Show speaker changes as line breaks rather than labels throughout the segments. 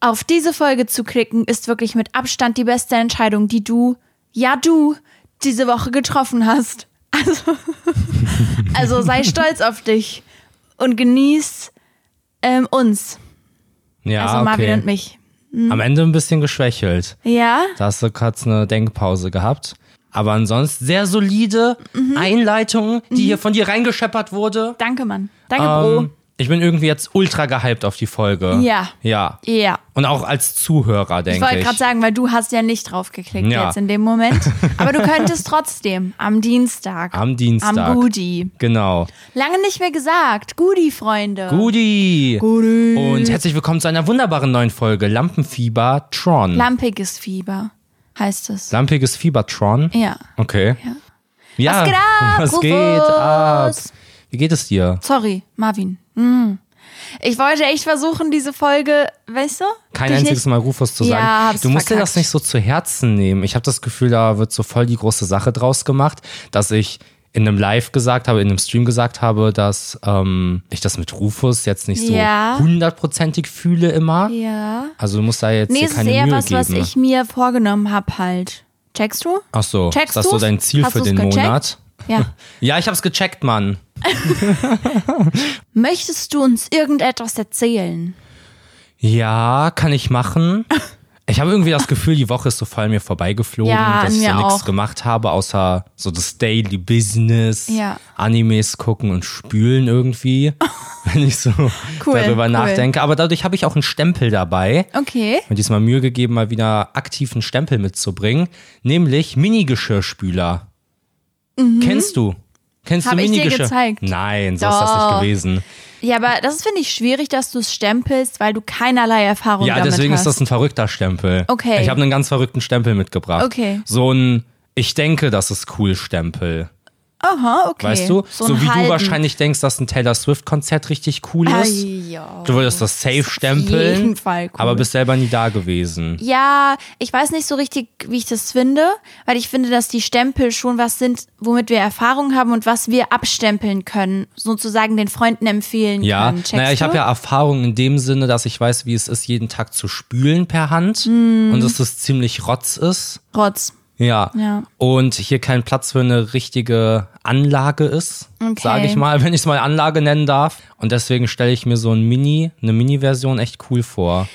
Auf diese Folge zu klicken, ist wirklich mit Abstand die beste Entscheidung, die du, ja du, diese Woche getroffen hast. Also, also sei stolz auf dich und genieß ähm, uns,
Ja,
also hm. Marvin
Ah, okay.
und mich.
Am Ende ein bisschen geschwächelt.
Ja?
Da hast du kurz eine Denkpause gehabt. Aber ansonsten sehr solide Einleitung, die hier von dir reingescheppert wurde.
Danke, Mann. Danke,
Ähm, ich bin irgendwie jetzt ultra gehypt auf die Folge.
Ja.
Ja.
Bro. Ja.
Und auch als Zuhörer, denke
Ich
ich.
wollte gerade sagen, weil du hast ja nicht drauf geklickt
Ja.
jetzt in dem Moment. Aber du könntest trotzdem am Dienstag.
Am Dienstag.
Am Gudi.
Genau.
Lange nicht mehr gesagt. Gudi, Freunde.
Gudi.
Gudi.
Und herzlich willkommen zu einer wunderbaren neuen Folge Lampenfieber Tron.
Lampiges Fieber heißt es.
Lampiges Fieber Tron.
ja.
Okay. Ja.
Was geht ab,
Was
Rufus?
geht ab? Wie geht es dir?
Sorry, Marvin. Mm. Ich wollte echt versuchen, diese Folge, weißt du?
Kein
dich
einziges
nicht-
Mal Rufus zu
Ja,
sagen.
hab's
du musst dir das
verkackt.
nicht so zu Herzen nehmen. Ich habe das Gefühl, da wird so voll die große Sache draus gemacht, dass ich in einem Live gesagt habe, in einem Stream gesagt habe, dass ähm, ich das mit Rufus jetzt nicht so
Ja.
hundertprozentig fühle immer.
Ja.
Also du musst da jetzt
Nee,
dir
es ist
keine
eher
Mühe
was,
geben. Ah.
was ich mir vorgenommen habe halt. Checkst du?
Ach so,
Checkst
ist das so
du's?
dein Ziel
Hast
für
du's
den
gecheckt?
Monat?
Ja.
Ja, ich hab's gecheckt, Mann.
Möchtest du uns irgendetwas erzählen?
Ja, kann ich machen. Ich habe irgendwie das Gefühl, die Woche ist so voll mir vorbeigeflogen,
Ja,
dass
an
ich
mir
so nichts
auch.
gemacht habe, außer so das Daily Business,
Ja.
Animes gucken und spülen irgendwie, wenn ich so
Cool,
darüber
cool.
nachdenke. Aber dadurch habe ich auch einen Stempel dabei.
Okay.
Mir diesmal Mühe gegeben, mal wieder aktiven Stempel mitzubringen, nämlich Mini-Geschirrspüler. Kennst du? Kennst
Mhm. Hab
du
ich dir
Minigeschirr?
gezeigt.
Nein, so ist das
Doch.
nicht gewesen.
Ja, aber das finde ich schwierig, dass du es stempelst, weil du keinerlei Erfahrung
Ja,
damit
deswegen
hast.
ist das ein verrückter Stempel.
Okay.
Ich habe einen ganz verrückten Stempel mitgebracht.
Okay.
So ein Ich denke, das ist cool Stempel.
Aha, Oh, okay.
Weißt du?
So,
wie du wahrscheinlich denkst, dass ein Taylor Swift Konzert richtig cool ist. Du würdest das safe stempeln.
jeden Fall cool.
Aber bist selber nie da gewesen.
Ja, ich weiß nicht so richtig, wie ich das finde, weil ich finde, dass die Stempel schon was sind, womit wir Erfahrung haben und was wir abstempeln können, sozusagen den Freunden empfehlen
Ja,
können. Checkst
naja, ich
du?
habe ja Erfahrung in dem Sinne, dass ich weiß, wie es ist, jeden Tag zu spülen per Hand
Hm.
und dass es ziemlich rotz ist.
Rotz.
Ja.
Ja.
Und hier kein Platz für eine richtige Anlage ist,
Okay.
sage ich mal, wenn ich es mal Anlage nennen darf. Und deswegen stelle ich mir so ein Mini, eine Mini-Version echt cool vor.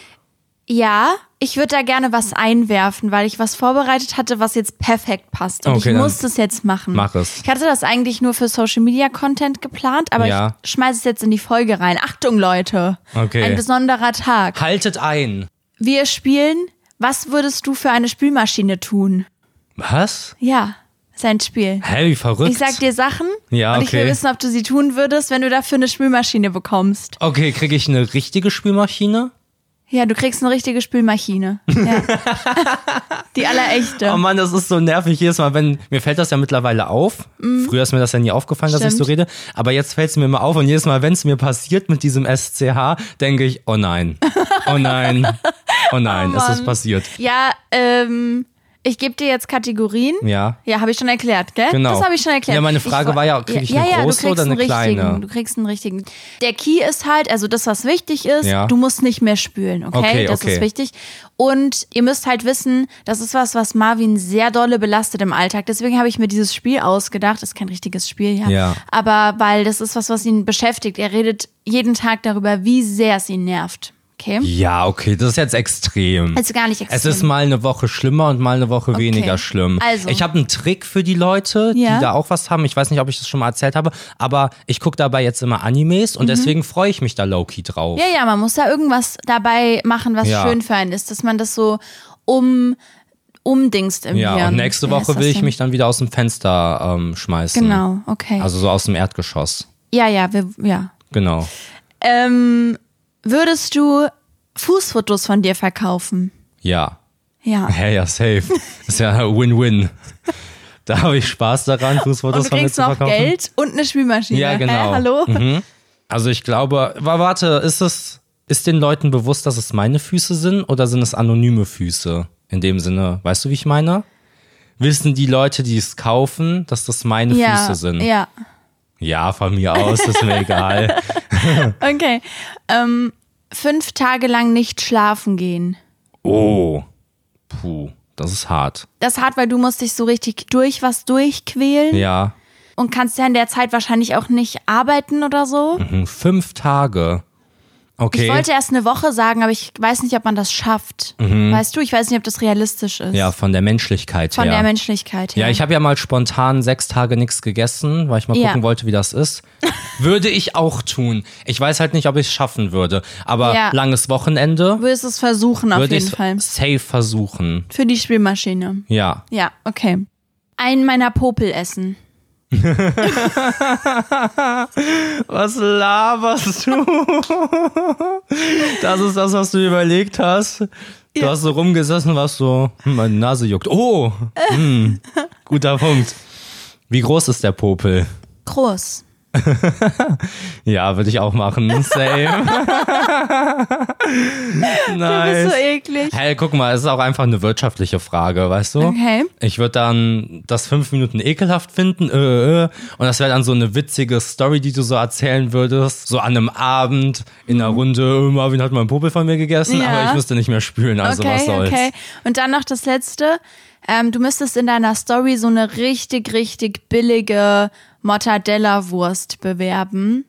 Ja, ich würde da gerne was einwerfen, weil ich was vorbereitet hatte, was jetzt perfekt passt. Und
Okay,
ich
dann
muss das jetzt machen.
mach es.
Ich hatte das eigentlich nur für Social Media Content geplant, aber
Ja.
ich schmeiße es jetzt in die Folge rein. Achtung, Leute.
Okay.
Ein besonderer Tag.
Haltet ein.
Wir spielen, was würdest du für eine Spülmaschine tun?
Was?
Ja, ist ein Spiel.
Hä, wie verrückt.
Ich sag dir Sachen
Ja,
und ich will
okay.
wissen, ob du sie tun würdest, wenn du dafür eine Spülmaschine bekommst.
okay, kriege ich eine richtige Spülmaschine?
Ja, du kriegst eine richtige Spülmaschine. Ja. die allerechte.
Oh Mann, das ist so nervig jedes Mal, wenn mir fällt das ja mittlerweile auf.
Mhm.
Früher ist mir das ja nie aufgefallen, dass ich so rede, aber jetzt fällt es mir immer auf und jedes Mal, wenn es mir passiert mit diesem SCH, denke ich, oh nein. Oh nein. Oh nein, es ist passiert.
Ja, ähm, ich gebe dir jetzt Kategorien.
Ja.
Ja, habe ich schon erklärt, gell?
Genau.
Das habe ich schon erklärt.
Ja, meine Frage
woll-
war ja, krieg ich
ja,
eine
ja, du
große
kriegst
oder eine
einen richtigen,
kleine?
Du kriegst einen richtigen. Der Key ist halt, also das, was wichtig ist,
Ja.
du musst nicht mehr spülen, okay?
Okay,
das
okay.
ist wichtig. Und ihr müsst halt wissen, das ist was, was Marvin sehr dolle belastet im Alltag. Deswegen habe ich mir dieses Spiel ausgedacht. Ist kein richtiges Spiel, ja.
Ja.
Aber weil das ist was, was ihn beschäftigt. Er redet jeden Tag darüber, wie sehr es ihn nervt. Okay?
Ja, okay, das ist jetzt extrem.
Also gar nicht
Es
extrem.
ist mal eine Woche schlimmer und mal eine Woche weniger schlimm.
also.
Ich habe einen Trick für die Leute,
Ja.
die da auch was haben. Ich weiß nicht, ob ich das schon mal erzählt habe, aber ich gucke dabei jetzt immer Animes und deswegen freue ich mich da low-key drauf.
Mhm. Ja, ja, man muss da irgendwas dabei machen, was
Ja.
schön für einen ist, dass man das so um, umdingst im Hirn.
Ja, und nächste
Wie heißt
Woche
das
will ich
denn?
mich dann wieder aus dem Fenster ähm, schmeißen.
Genau, okay.
Also so aus dem Erdgeschoss.
ja, ja, wir, ja.
Genau.
Ähm, würdest du Fußfotos von dir verkaufen?
Ja.
Ja.
Ja, ja, safe. ist ja Win-Win. Da habe ich Spaß daran, Fußfotos
Und du
von mir
kriegst
zu
noch
verkaufen.
Geld und eine Spülmaschine.
Ja, genau.
Hä, hallo?
Also ich glaube, wa- warte, ist es, ist den Leuten bewusst, dass es meine Füße sind oder sind es anonyme Füße? In dem Sinne, weißt du, wie ich meine? Wissen die Leute, die es kaufen, dass das meine
Ja,
Füße sind?
ja.
Ja, von mir aus, ist mir egal.
Okay. Ähm, fünf Tage lang nicht schlafen gehen.
Oh. Puh, das ist hart.
Das ist hart, weil du musst dich so richtig durch was durchquälen
Ja.
und kannst ja in der Zeit wahrscheinlich auch nicht arbeiten oder so.
Hm, Fünf Tage. Okay.
Ich wollte erst eine Woche sagen, aber ich weiß nicht, ob man das schafft. Weißt du, ich weiß nicht, ob das realistisch ist.
Mhm. ja, von der Menschlichkeit
Von
her.
der Menschlichkeit her.
Ja, ich habe ja mal spontan sechs Tage nichts gegessen, weil ich mal
Mhm. Ja.
gucken wollte, wie das ist. Würde ich auch tun. Ich weiß halt nicht, ob ich es schaffen würde. Aber
Ja.
langes Wochenende
Würdest es versuchen, auf
würde ich
jeden Fall.
safe versuchen.
Für die Spielmaschine.
Ja.
Ja, okay. Einen meiner Popel essen.
Was laberst du? das ist das, was du überlegt hast. Du hast so rumgesessen, was so, hm, meine Nase juckt. Oh, hm, guter Punkt. Wie groß ist der Popel?
Groß.
Ja, würde ich auch machen. Same.
Das ist
nice.
so eklig.
Hey, guck mal, es ist auch einfach eine wirtschaftliche Frage, weißt du?
Okay.
Ich würde dann das fünf Minuten ekelhaft finden, äh, äh, und das wäre dann so eine witzige Story, die du so erzählen würdest, so an einem Abend in einer Runde, äh, Marvin hat mal einen Popel von mir gegessen,
Ja.
aber ich müsste nicht mehr spülen, also
okay,
was soll's.
okay. Und dann noch das letzte. Ähm, du müsstest in deiner Story so eine richtig, richtig billige Mortadella-Wurst bewerben.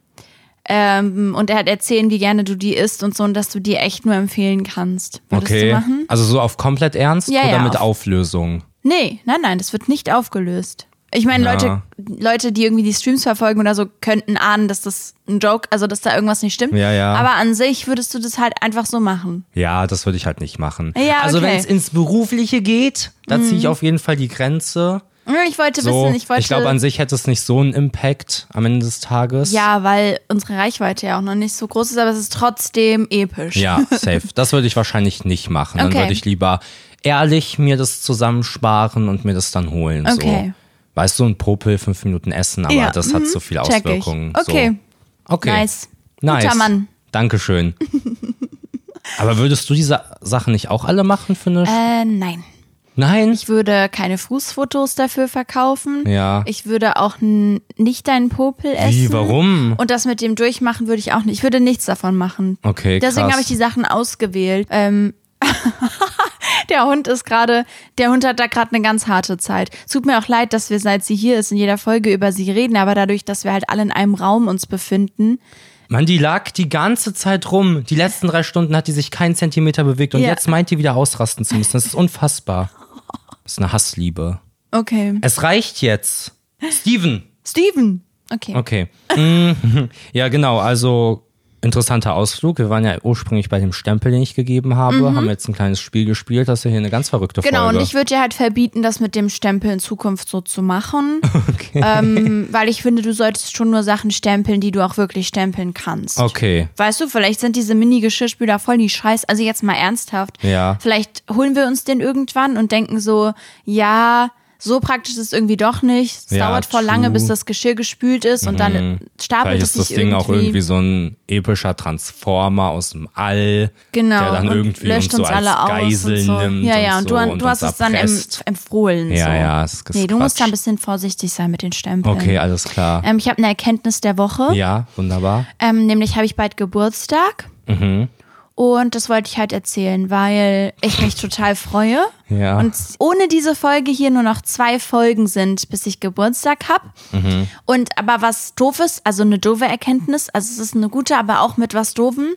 Ähm, und er hat erzählen, wie gerne du die isst und so, und dass du die echt nur empfehlen kannst. Würdest
Okay.
du machen?
Also so auf komplett ernst
Ja,
oder
ja,
mit
auf-
Auflösung?
Nee, nein, nein, das wird nicht aufgelöst. Ich meine,
Ja.
Leute, Leute, die irgendwie die Streams verfolgen oder so, könnten ahnen, dass das ein Joke, also dass da irgendwas nicht stimmt.
Ja, ja.
Aber an sich würdest du das halt einfach so machen.
Ja, das würde ich halt nicht machen.
Ja,
also
okay. Mhm.
wenn es ins Berufliche geht, da ziehe ich auf jeden Fall die Grenze.
Ich wollte
So,
wissen, ich wollte.
glaube, an sich hätte es nicht so einen Impact am Ende des Tages.
ja, weil unsere Reichweite ja auch noch nicht so groß ist, aber es ist trotzdem episch.
Ja, safe. Das würde ich wahrscheinlich nicht machen. Dann
Okay.
würde ich lieber ehrlich mir das zusammensparen und mir das dann holen.
Okay.
So. Weißt du, ein Popel, fünf Minuten essen, aber
Ja, mhm.
das hat so viele
check ich.
Auswirkungen.
Okay.
So. Okay.
Nice.
Nice.
Guter Mann.
Dankeschön. aber würdest du diese Sachen nicht auch alle machen für eine Sch
Äh, nein.
Nein?
Ich würde keine Fußfotos dafür verkaufen.
Ja.
Ich würde auch n- nicht deinen Popel essen.
Wie, warum?
Und das mit dem Durchmachen würde ich auch nicht. Ich würde nichts davon machen.
Okay,
Deswegen
krass.
habe ich die Sachen ausgewählt. Ähm, der Hund ist gerade, der Hund hat da gerade eine ganz harte Zeit. Es tut mir auch leid, dass wir, seit sie hier ist, in jeder Folge über sie reden, aber dadurch, dass wir halt alle in einem Raum uns befinden.
Mann, die lag die ganze Zeit rum. Die letzten drei Stunden hat die sich keinen Zentimeter bewegt und
Ja.
jetzt meint die wieder ausrasten zu müssen. Das ist unfassbar. Das ist eine Hassliebe.
Okay.
Es reicht jetzt. Steven.
Steven! Okay.
Okay. Mm, ja, genau. Also interessanter Ausflug. Wir waren ja ursprünglich bei dem Stempel, den ich gegeben habe, haben jetzt ein kleines Spiel gespielt. Das ist ja hier eine ganz verrückte
Mhm. Genau,
Folge.
und ich würde dir halt verbieten, das mit dem Stempel in Zukunft so zu machen.
Okay.
ähm, weil ich finde, du solltest schon nur Sachen stempeln, die du auch wirklich stempeln kannst.
okay.
Weißt du, vielleicht sind diese Mini-Geschirrspüler voll die Scheiß. Also jetzt mal ernsthaft.
Ja.
Vielleicht holen wir uns den irgendwann und denken so, ja, so praktisch ist es irgendwie doch nicht. Es
Ja,
dauert voll
true. Mhm.
lange, bis das Geschirr gespült ist und dann stapelt
Vielleicht
es sich
ist das Ding auch irgendwie so ein epischer Transformer aus dem All,
Genau.
der dann
und
irgendwie
löscht
uns so
uns alle
als
aus
Geisel
und so.
nimmt.
Ja, ja, und,
so
du, du hast
uns
es dann em,
erpresst.
empfohlen.
Ja,
so.
ja, es ist
Nee, du musst da
Quatsch.
ein bisschen vorsichtig sein mit den Stempeln.
Okay, alles klar.
Ähm, ich habe eine Erkenntnis der Woche.
ja, wunderbar.
Ähm, nämlich habe ich bald Geburtstag. Und das wollte ich halt erzählen, weil ich mich total freue.
Ja.
Und ohne diese Folge hier nur noch zwei Folgen sind, bis ich Geburtstag habe. Und aber was doofes, also eine doofe Erkenntnis, also es ist eine gute, aber auch mit was doofem,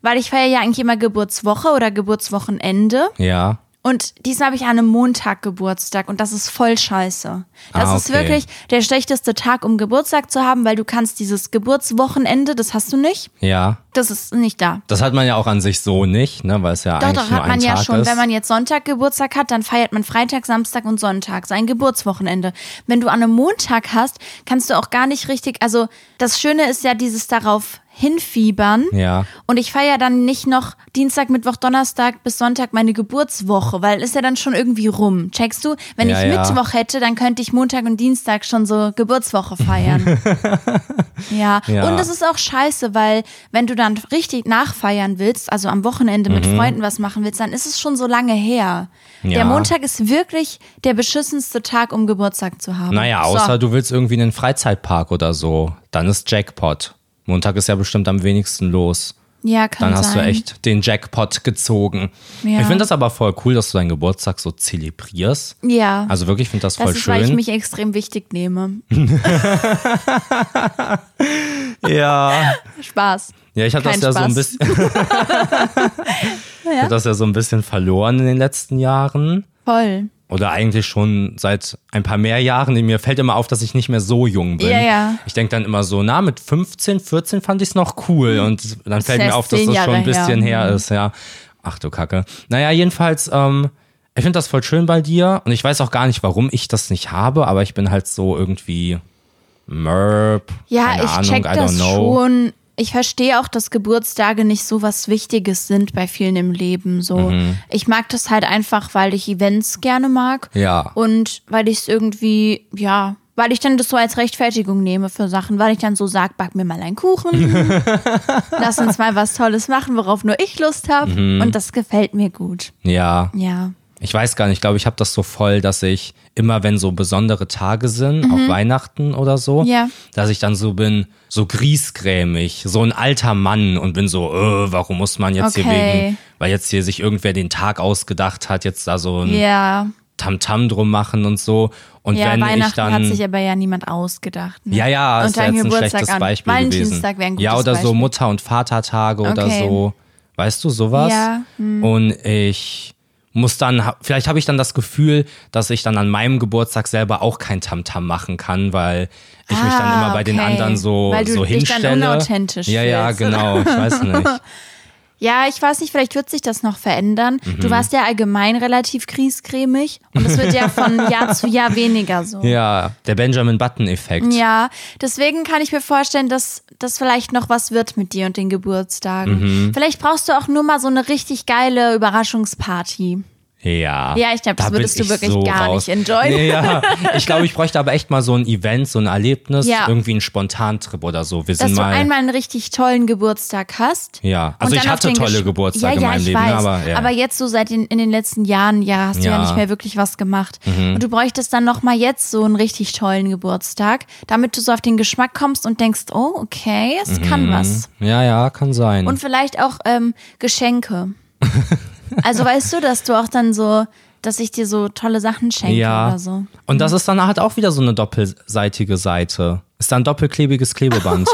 weil ich feiere ja eigentlich immer Geburtswoche oder Geburtswochenende.
ja.
Und diesmal habe ich an einem Montag Geburtstag und das ist voll scheiße. Das
Ah,
ist
okay.
wirklich der schlechteste Tag, um Geburtstag zu haben, weil du kannst dieses Geburtswochenende, das hast du nicht,
Ja.
das ist nicht da.
Das hat man ja auch an sich so nicht, ne? Weil es ja
Doch,
eigentlich
doch,
nur
hat
ein
man
Tag
ja schon.
ist.
Wenn man jetzt Sonntag Geburtstag hat, dann feiert man Freitag, Samstag und Sonntag, sein Geburtswochenende. Wenn du an einem Montag hast, kannst du auch gar nicht richtig, also das Schöne ist ja dieses darauf hinfiebern.
Ja.
Und ich feiere dann nicht noch Dienstag, Mittwoch, Donnerstag bis Sonntag meine Geburtswoche, weil ist ja dann schon irgendwie rum. Checkst du? Wenn
Ja,
ich
ja.
Mittwoch hätte, dann könnte ich Montag und Dienstag schon so Geburtswoche feiern. ja.
Ja.
Und es ist auch scheiße, weil wenn du dann richtig nachfeiern willst, also am Wochenende mit Freunden was machen willst, dann ist es schon so lange her.
Mhm. Ja.
Der Montag ist wirklich der beschissenste Tag, um Geburtstag zu haben.
Naja,
So.
außer du willst irgendwie in einen Freizeitpark oder so. Dann ist Jackpot. Montag ist ja bestimmt am wenigsten los.
Ja, kann
Dann hast
sein.
du echt den Jackpot gezogen.
Ja.
Ich finde das aber voll cool, dass du deinen Geburtstag so zelebrierst.
Ja.
Also wirklich, ich finde das voll
das ist,
schön. Hm.
weil ich mich extrem wichtig nehme.
ja.
Spaß.
Ja, ich habe das
Kein
ja so ein
Spaß.
bisschen. ich hab das ja so ein bisschen verloren in den letzten Jahren.
Voll.
Oder eigentlich schon seit ein paar mehr Jahren. Mir fällt immer auf, dass ich nicht mehr so jung bin.
Ja, ja.
Ich denke dann immer so, na, mit 15, 14 fand ich es noch cool. Und dann fällt mir
heißt,
auf, dass
zehn
das schon
Hm. Jahre
ein bisschen
her. Hm.
her ist, ja. Ach du Kacke. Naja, jedenfalls, ähm, ich finde das voll schön bei dir. Und ich weiß auch gar nicht, warum ich das nicht habe, aber ich bin halt so irgendwie Merp.
Ja,
keine
ich
Ahnung,
check
I don't
das
know.
schon. Ich verstehe auch, dass Geburtstage nicht so was Wichtiges sind bei vielen im Leben. So,
Mhm.
ich mag das halt einfach, weil ich Events gerne mag.
Ja.
Und weil ich es irgendwie, ja, weil ich dann das so als Rechtfertigung nehme für Sachen, weil ich dann so sag, back mir mal einen Kuchen, lass uns mal was Tolles machen, worauf nur ich Lust habe.
Mhm.
Und das gefällt mir gut.
Ja.
Ja.
Ich weiß gar nicht, ich glaube, ich habe das so voll, dass ich immer, wenn so besondere Tage sind, auch Weihnachten oder so,
Mhm. Ja.
dass ich dann so bin, so griesgrämig, so ein alter Mann und bin so, äh, warum muss man jetzt hier
Okay.
wegen, weil jetzt hier sich irgendwer den Tag ausgedacht hat, jetzt da so ein
Ja.
Tamtam drum machen und so. Und
Ja,
wenn ich
Weihnachten hat
dann.
sich aber ja niemand ausgedacht. Ne?
Ja, ja,
Und
ist ja
dein
jetzt ein
Geburtstag
schlechtes
an.
Beispiel gewesen.
Valentinstag wäre ein
ja,
gutes
oder so
Beispiel.
Mutter- und Vatertage oder
Okay.
so. Weißt du, sowas?
Ja, hm.
Und ich muss dann, ha- vielleicht habe ich dann das Gefühl, dass ich dann an meinem Geburtstag selber auch kein Tamtam machen kann, weil ich mich dann
Ah,
immer bei den
okay.
anderen so,
Weil du
so
dich dann
hinstelle.
unauthentisch
ja, ja,
fühlst.
genau. Ich weiß nicht.
Ja, ich weiß nicht, vielleicht wird sich das noch verändern.
Mhm.
Du warst ja allgemein relativ kriescremig und es wird ja von Jahr zu Jahr weniger so.
Ja, der Benjamin Button-Effekt.
Ja, deswegen kann ich mir vorstellen, dass das vielleicht noch was wird mit dir und den Geburtstagen.
Mhm.
Vielleicht brauchst du auch nur mal so eine richtig geile Überraschungsparty.
Ja.
Ja, ich glaub, das
Da bin
würdest du
ich
wirklich
so
gar
raus.
nicht enjoyen.
Nee, ja. Ich glaube, ich bräuchte aber echt mal so ein Event, so ein Erlebnis,
Ja.
irgendwie einen Spontantrip oder so. Wir
Dass
sind
du
mal.
einmal einen richtig tollen Geburtstag hast.
Ja. Also
und
ich
dann auf
hatte
den
tolle
Gesch- ja,
Geburtstage in
ja,
meinem
ich
Leben, ne,
Weiß.
aber, ja.
jetzt so seit den, in den letzten Jahren, ja, hast du ja
Ja. Mhm.
nicht mehr wirklich was gemacht. Und du bräuchtest dann nochmal jetzt so einen richtig tollen Geburtstag, damit du so auf den Geschmack kommst und denkst, oh, okay, es
Mhm.
kann was.
ja, ja, kann sein.
Und vielleicht auch ähm, Geschenke. also weißt du, dass du auch dann so, dass ich dir so tolle Sachen schenke
ja.
oder so. Mhm.
Und das ist dann halt auch wieder so eine doppelseitige Seite. Ist dann doppelklebiges Klebeband.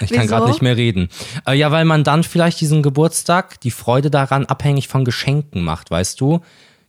Ich kann
Wieso?
gerade nicht mehr reden. Äh, ja, weil man dann vielleicht diesen Geburtstag, die Freude daran abhängig von Geschenken macht, weißt du?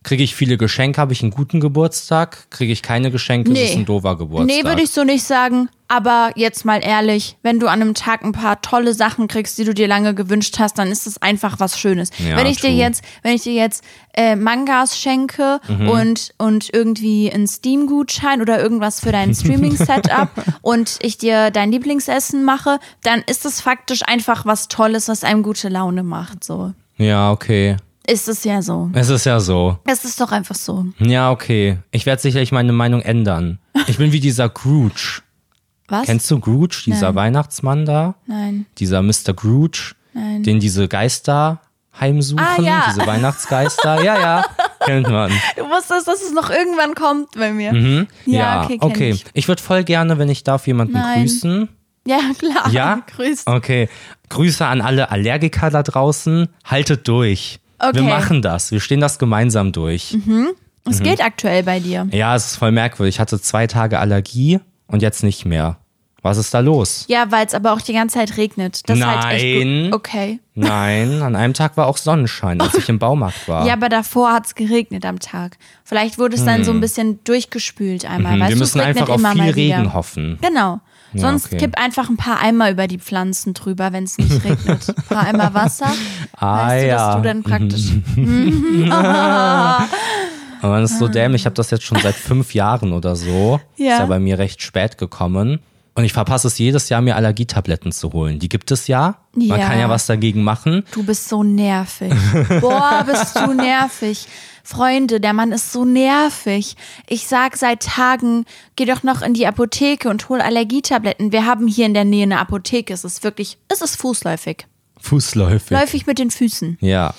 Kriege ich viele Geschenke, habe ich einen guten Geburtstag? Kriege ich keine Geschenke, ist
Nee.
es ein doofer Geburtstag.
Nee, würde ich so nicht sagen. Aber jetzt mal ehrlich, wenn du an einem Tag ein paar tolle Sachen kriegst, die du dir lange gewünscht hast, dann ist es einfach was Schönes.
Ja,
wenn ich dir
true.
jetzt, wenn ich dir jetzt äh, Mangas schenke
Mhm.
und, und irgendwie einen Steam-Gutschein oder irgendwas für dein Streaming-Setup und ich dir dein Lieblingsessen mache, dann ist es faktisch einfach was Tolles, was einem gute Laune macht. So
Ja, okay.
ist es ja so.
Es ist ja so.
Es ist doch einfach so.
Ja, okay. Ich werde sicherlich meine Meinung ändern. Ich bin wie dieser Grooch.
Was?
Kennst du Grooch, dieser Weihnachtsmann da?
Nein.
Dieser Mr. Grooch, den diese Geister heimsuchen,
Ah, ja.
diese Weihnachtsgeister. ja, ja, kennt man.
Du wusstest, dass es noch irgendwann kommt bei mir.
Mhm.
Ja, okay, kenn ich.
Ich würde voll gerne, wenn ich darf, jemanden
Nein.
grüßen.
Ja, klar.
Ja?
Grüß.
Okay. Grüße an alle Allergiker da draußen. Haltet durch.
Okay.
Wir machen das. Wir stehen das gemeinsam durch.
Es gilt aktuell bei dir.
Oh, mhm. Ja, es ist voll merkwürdig. Ich hatte zwei Tage Allergie und jetzt nicht mehr. Was ist da los?
Ja, weil es aber auch die ganze Zeit regnet. Das Ist halt echt
Nein.
gut. okay.
Nein, an einem Tag war auch Sonnenschein, als ich im Baumarkt war.
Ja, aber davor hat es geregnet am Tag. Vielleicht wurde es dann so ein bisschen durchgespült einmal. weißt
Hm, Mhm. wir
du,
müssen
es regnet
einfach auf
immer
viel
mal wieder.
Regen hoffen.
Genau. Sonst
okay.
kipp einfach ein paar Eimer über die Pflanzen drüber, wenn es nicht regnet. Ein paar Eimer Wasser.
Ah,
weißt du, dass
ja. Mhm.
du dann praktisch.
Aber man ist so dämlich, ich habe das jetzt schon seit fünf Jahren oder so.
Ja.
Ist ja bei mir recht spät gekommen. Und ich verpasse es jedes Jahr, mir Allergietabletten zu holen. Die gibt es ja. Man
Ja.
kann ja was dagegen machen.
Du bist so nervig. Boah, bist du nervig. Freunde, der Mann ist so nervig. Ich sag seit Tagen, geh doch noch in die Apotheke und hol Allergietabletten. Wir haben hier in der Nähe eine Apotheke. Es ist wirklich, es ist fußläufig.
Fußläufig.
Läufig mit den Füßen.
Ja.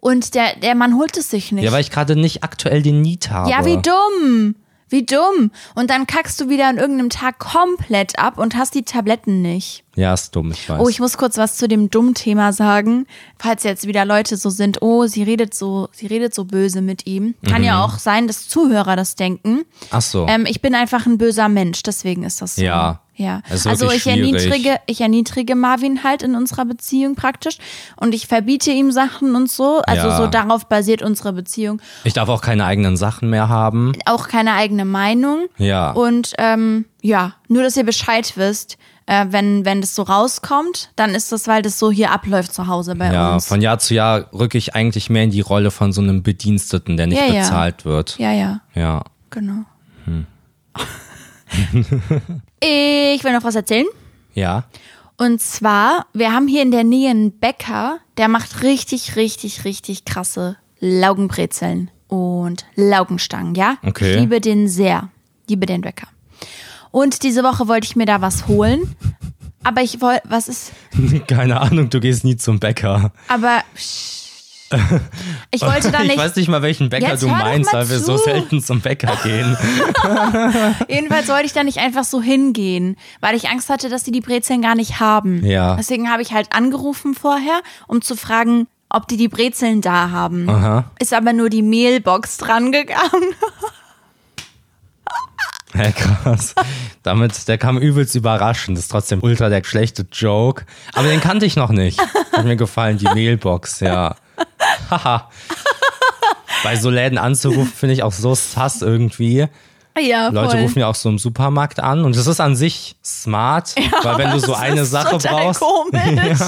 Und der, der Mann holt es sich nicht.
Ja, weil ich gerade nicht aktuell den Need habe.
Ja, wie dumm. Wie dumm. Und dann kackst du wieder an irgendeinem Tag komplett ab und hast die Tabletten nicht.
Ja, ist dumm, ich weiß.
Oh, ich muss kurz was zu dem Dumm-Thema sagen. Falls jetzt wieder Leute so sind, oh, sie redet so, sie redet so böse mit ihm. Kann
Mhm.
ja auch sein, dass Zuhörer das denken.
Ach so.
Ähm, ich bin einfach ein böser Mensch, deswegen ist das so.
Oh. Ja.
Ja.
Das ist
also
wirklich
ich
schwierig.
erniedrige, ich erniedrige Marvin halt in unserer Beziehung praktisch und ich verbiete ihm Sachen und so. Also
Ja.
so darauf basiert unsere Beziehung.
ich darf auch keine eigenen Sachen mehr haben.
Auch keine eigene Meinung.
Ja.
Und ähm, ja, nur dass ihr Bescheid wisst, äh, wenn, wenn das so rauskommt, dann ist das, weil das so hier abläuft zu Hause bei
ja,
uns.
von Jahr zu Jahr rücke ich eigentlich mehr in die Rolle von so einem Bediensteten, der nicht
Ja, ja.
bezahlt wird.
ja, ja,
Ja.
genau.
Hm.
ich will noch was erzählen.
Ja.
Und zwar, wir haben hier in der Nähe einen Bäcker, der macht richtig, richtig, richtig krasse Laugenbrezeln und Laugenstangen, ja?
Okay.
Ich liebe den sehr. Liebe den Bäcker. Und diese Woche wollte ich mir da was holen. Aber ich wollte, was ist,
Keine Ahnung, du gehst nie zum Bäcker.
aber psch. ich wollte da
Ich
nicht.
weiß nicht mal, welchen Bäcker
Jetzt
du
hör doch
meinst,
mal
weil wir so
zu.
selten zum Bäcker gehen.
Jedenfalls wollte ich da nicht einfach so hingehen, weil ich Angst hatte, dass die die Brezeln gar nicht haben.
Ja.
Deswegen habe ich halt angerufen vorher, um zu fragen, ob die die Brezeln da haben.
Aha.
Ist aber nur die Mehlbox drangegangen.
Ja, krass. Damit, der kam übelst überraschend. Das ist trotzdem ultra der schlechte Joke. Aber den kannte ich noch nicht. Hat mir gefallen, die Mailbox, ja. Haha. Bei so Läden anzurufen, finde ich auch so sass irgendwie.
Ja,
Leute rufen ja auch so im Supermarkt an und das ist an sich smart, weil wenn du so eine Sache brauchst,
Komisch.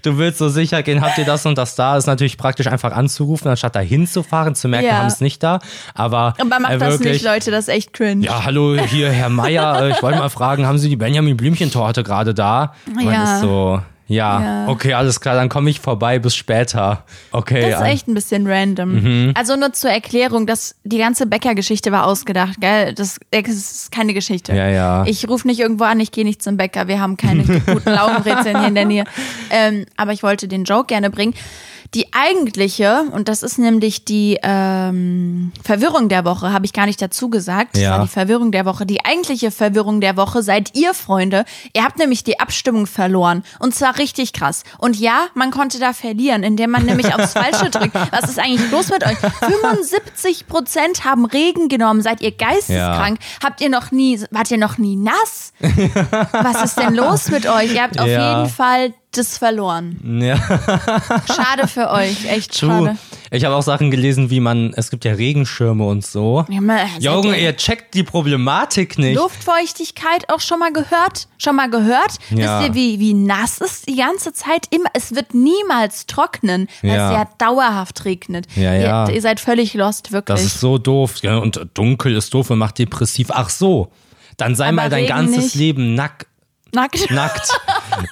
du willst so sicher gehen, habt ihr das und das da, ist natürlich praktisch einfach anzurufen, anstatt da hinzufahren, zu merken,
Ja.
haben es nicht da. Aber,
Aber macht
äh,
das
wirklich,
nicht, Leute, das ist echt cringe.
ja, hallo, hier Herr Meier. Äh, Ich wollte mal fragen, haben Sie die Benjamin Blümchen-Torte gerade da? Man
Ja.
ist so, ja,
Ja.
okay, alles klar, dann komme ich vorbei, bis später. Okay,
Das ist
ähm,
echt ein bisschen random.
Mhm.
Also nur zur Erklärung, dass die ganze Bäckergeschichte war ausgedacht, gell? Das, das ist keine Geschichte.
Ja, ja.
Ich rufe nicht irgendwo an, ich gehe nicht zum Bäcker. Wir haben keine guten Laugenbrezeln hier in der Nähe. Ähm, aber ich wollte den Joke gerne bringen. Die eigentliche, und das ist nämlich die ähm, Verwirrung der Woche, habe ich gar nicht dazu gesagt. Das
Ja.
war die Verwirrung der Woche. Die eigentliche Verwirrung der Woche seid ihr, Freunde. Ihr habt nämlich die Abstimmung verloren. Und zwar richtig krass. Und ja, man konnte da verlieren, indem man nämlich aufs Falsche drückt. Was ist eigentlich los mit euch? 75 Prozent haben Regen genommen. Seid ihr geisteskrank? Habt ihr noch nie, wart ihr noch nie nass? Was ist denn los mit euch? Ihr habt auf
Ja.
jeden Fall das verloren.
ja.
Schade für euch. Echt
True.
schade.
Ich habe auch Sachen gelesen, wie man, es gibt ja Regenschirme und so.
Ja, mal, seid
Jungen,
ihr-
ihr checkt die Problematik nicht.
Luftfeuchtigkeit auch schon mal gehört? Schon mal gehört?
Ja.
Wisst ihr, wie, wie nass es die ganze Zeit immer? Es wird niemals trocknen, weil
Ja.
es ja dauerhaft regnet.
Ja, ja.
Ihr, ihr seid völlig lost, wirklich.
Das ist so doof. Ja, und dunkel ist doof und macht depressiv. Ach so, dann sei
Aber
mal dein
Regen
ganzes
nicht.
Leben nack,
Nackt.
nackt.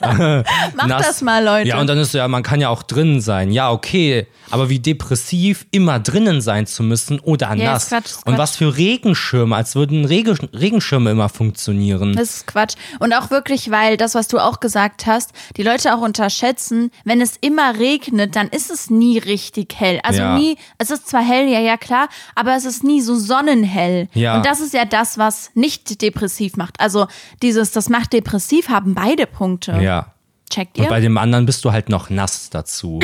Macht
nass.
das mal, Leute.
Ja, und dann ist so, ja, man kann ja auch drinnen sein. Ja, okay. Aber wie depressiv, immer drinnen sein zu müssen oder
Ja,
nass.
ist Quatsch, ist
und
Quatsch.
was für Regenschirme, als würden Regen, Regenschirme immer funktionieren.
das ist Quatsch. Und auch wirklich, weil das, was du auch gesagt hast, die Leute auch unterschätzen, wenn es immer regnet, dann ist es nie richtig hell. Also
Ja.
nie, es ist zwar hell, ja, ja, klar, aber es ist nie so sonnenhell.
Ja.
Und das ist ja das, was nicht depressiv macht. Also dieses, das macht depressiv, haben beide Punkte.
ja.
Checkt
Und bei
ihr?
dem anderen bist du halt noch nass dazu.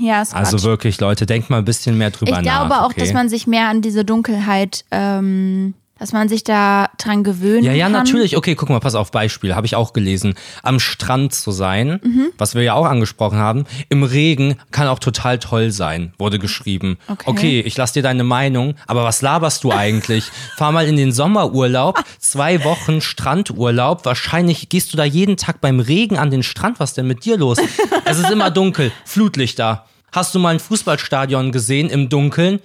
Ja, ist
Also
Quatsch.
wirklich, Leute, denkt mal ein bisschen mehr drüber
Ich
nach.
glaube auch,
okay?
dass man sich mehr an diese Dunkelheit, ähm, dass man sich da dran gewöhnen
Ja, ja,
kann.
natürlich. Okay, guck mal, pass auf, Beispiel, habe ich auch gelesen. Am Strand zu sein, was wir ja auch angesprochen haben, im Regen kann auch total toll sein, wurde geschrieben.
Okay.
okay ich lass dir deine Meinung, aber was laberst du eigentlich? Fahr mal in den Sommerurlaub, zwei Wochen Strandurlaub, wahrscheinlich gehst du da jeden Tag beim Regen an den Strand, was denn mit dir los? Es ist immer dunkel, Flutlichter. Hast du mal ein Fußballstadion gesehen im Dunkeln?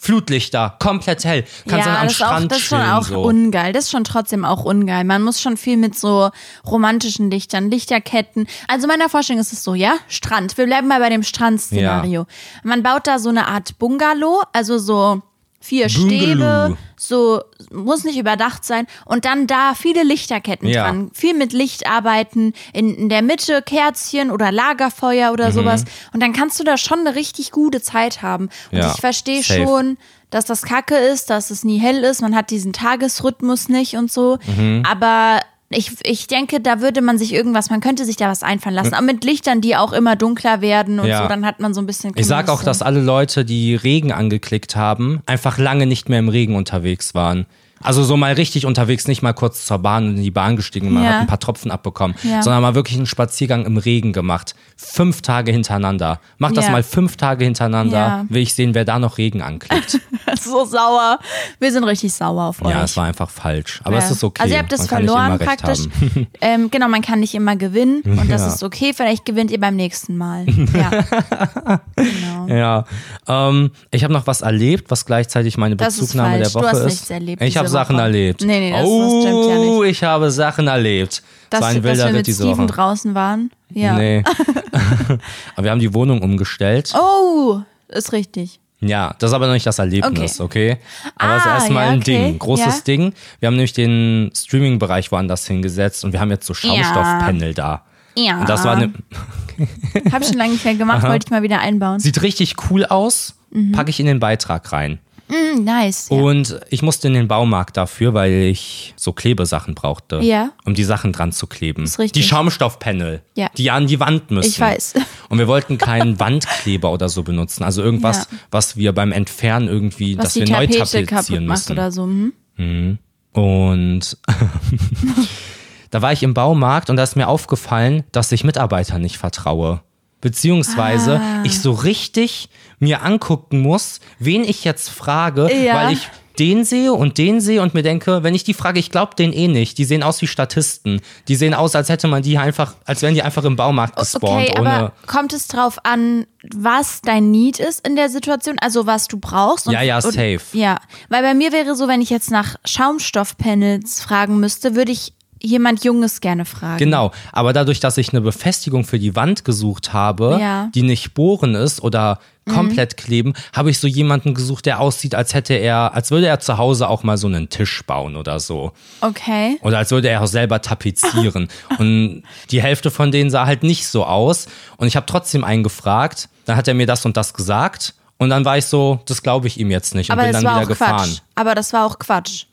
Flutlichter, komplett hell. Kannst
ja,
dann am
das ist
Strand
auch, das ist schon
chillen,
auch
so.
ungeil. Das ist schon trotzdem auch ungeil. Man muss schon viel mit so romantischen Lichtern, Lichterketten. Also meiner Vorstellung ist es so, ja, Strand. Wir bleiben mal bei dem Strand-Szenario. Man baut da so eine Art Bungalow, also so vier Stäbe, so muss nicht überdacht sein und dann da viele Lichterketten
Ja.
dran, viel mit Licht arbeiten, in, in der Mitte Kerzchen oder Lagerfeuer
Mhm.
oder sowas und dann kannst du da schon eine richtig gute Zeit haben und
Ja,
ich verstehe
safe.
schon, dass das Kacke ist, dass es nie hell ist, man hat diesen Tagesrhythmus nicht und so,
Mhm.
aber ich, ich denke, da würde man sich irgendwas, man könnte sich da was einfallen lassen, aber mit Lichtern, die auch immer dunkler werden und
Ja.
so, dann hat man so ein bisschen
Ich sag auch, dass alle Leute, die Regen angeklickt haben, einfach lange nicht mehr im Regen unterwegs waren. Also so mal richtig unterwegs, nicht mal kurz zur Bahn und in die Bahn gestiegen, man
Ja.
hat ein paar Tropfen abbekommen,
Ja.
sondern mal wirklich einen Spaziergang im Regen gemacht. Fünf Tage hintereinander. Mach das
Ja.
mal fünf Tage hintereinander,
Ja.
will ich sehen, wer da noch Regen anklickt.
so sauer. Wir sind richtig sauer auf euch.
ja, es war einfach falsch. Aber es
Ja.
ist okay.
Also ihr habt es
man kann nicht
verloren
immer recht
praktisch.
haben.
ähm, genau, man kann nicht immer gewinnen und das
Ja.
ist okay. Vielleicht gewinnt ihr beim nächsten Mal. Ja. genau.
Ja, ähm, ich habe noch was erlebt, was gleichzeitig meine
Das ist
Bezugnahme
falsch.
der
Du
Woche
hast
ist.
nichts erlebt
Ich
diese
habe
Woche.
Sachen erlebt.
Nee, nee, das- das
oh,
stimmt ja nicht.
ich habe Sachen erlebt.
Dass,
das war ein
dass
wilder
wir mit
Ritt diese
Steven
Woche.
draußen waren. Ja.
Nee. aber wir haben die Wohnung umgestellt.
Oh, ist richtig.
Ja, das ist aber noch nicht das Erlebnis, okay? Aber es ist
Ah,
erstmal
ja,
ein
okay.
Ding, großes
Ja.
Ding. Wir haben nämlich den Streaming-Bereich woanders hingesetzt und wir haben jetzt so Schaumstoffpanel da.
Ja.
Und das ne, war eine,
Hab ich schon lange nicht mehr gemacht, wollte ich mal wieder einbauen.
sieht richtig cool aus,
Mhm.
packe ich in den Beitrag rein.
Mm, nice. Ja.
Und ich musste in den Baumarkt dafür, weil ich so Klebesachen brauchte.
Ja.
Um die Sachen dran zu kleben.
Ist richtig.
Die Schaumstoffpanel,
Ja.
die an die Wand müssen.
Ich weiß.
Und wir wollten keinen Wandkleber oder so benutzen. Also irgendwas,
Ja.
was wir beim Entfernen irgendwie,
Was
dass
die
wir neu
Tapete kaputt
tapezieren
macht
müssen.
oder so. Hm?
Und da war ich im Baumarkt und da ist mir aufgefallen, dass ich Mitarbeitern nicht vertraue. Beziehungsweise
Ah.
ich so richtig mir angucken muss, wen ich jetzt frage,
Ja.
weil ich den sehe und den sehe und mir denke, wenn ich die frage, ich glaube den eh nicht. Die sehen aus wie Statisten. Die sehen aus, als hätte man die einfach, als wären die einfach im Baumarkt gespawnt.
Okay,
ohne
aber kommt es drauf an, was dein Need ist in der Situation, also was du brauchst? Und,
Ja, ja,
und,
safe.
Ja, weil bei mir wäre so, wenn ich jetzt nach Schaumstoffpanels fragen müsste, würde ich jemand Junges gerne fragen.
Genau, aber dadurch, dass ich eine Befestigung für die Wand gesucht habe,
Ja. Mhm.
die nicht bohren ist oder komplett kleben, habe ich so jemanden gesucht, der aussieht, als hätte er, als würde er zu Hause auch mal so einen Tisch bauen oder so.
Okay.
Oder als würde er auch selber tapezieren. und die Hälfte von denen sah halt nicht so aus. Und ich habe trotzdem einen gefragt, dann hat er mir das und das gesagt. Und dann war ich so, das glaube ich ihm jetzt nicht und
Aber
bin
das
dann
war
wieder
auch
gefahren.
Quatsch. Aber das war auch Quatsch.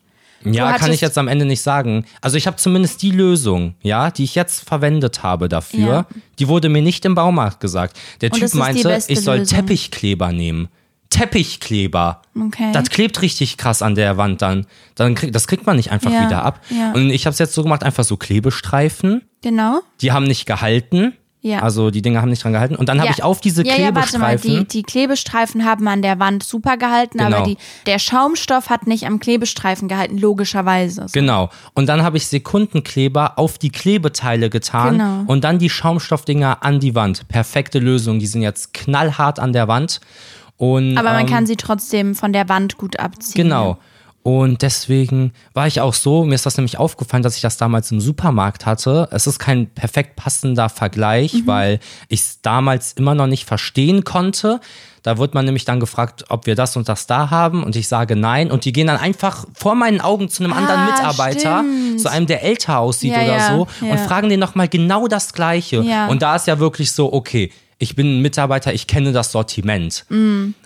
Du
Ja, kann
hattest-
ich jetzt am Ende nicht sagen. Also ich habe zumindest die Lösung, ja, die ich jetzt verwendet habe dafür,
Ja.
die wurde mir nicht im Baumarkt gesagt. Der
das
Typ
ist die
meinte,
beste
ich soll
Lösung.
Teppichkleber nehmen. Teppichkleber.
Okay.
Das klebt richtig krass an der Wand dann. dann krieg, das kriegt man nicht einfach
Ja,
wieder ab.
ja.
Und ich habe es jetzt so gemacht, einfach so Klebestreifen.
Genau.
Die haben nicht gehalten.
Ja.
Also die Dinger haben nicht dran gehalten. Und dann habe
Ja.
ich auf diese
ja, ja, warte
Klebestreifen.
mal, die, die Klebestreifen haben an der Wand super gehalten, aber
Genau.
die, der Schaumstoff hat nicht am Klebestreifen gehalten, logischerweise.
Genau. Und dann habe ich Sekundenkleber auf die Klebeteile getan
Genau.
und dann die Schaumstoffdinger an die Wand. Perfekte Lösung. Die sind jetzt knallhart an der Wand. Und,
Aber
ähm,
man kann sie trotzdem von der Wand gut abziehen.
Genau. Und deswegen war ich auch so, mir ist das nämlich aufgefallen, dass ich das damals im Supermarkt hatte. Es ist kein perfekt passender Vergleich,
Mhm.
weil ich es damals immer noch nicht verstehen konnte. Da wird man nämlich dann gefragt, ob wir das und das da haben und ich sage nein und die gehen dann einfach vor meinen Augen zu einem anderen
Ah,
Mitarbeiter,
stimmt.
zu einem, der älter aussieht
Ja,
oder
ja,
so
ja.
und fragen den nochmal genau das Gleiche.
Ja.
Und da ist ja wirklich so, okay, ich bin ein Mitarbeiter, ich kenne das Sortiment.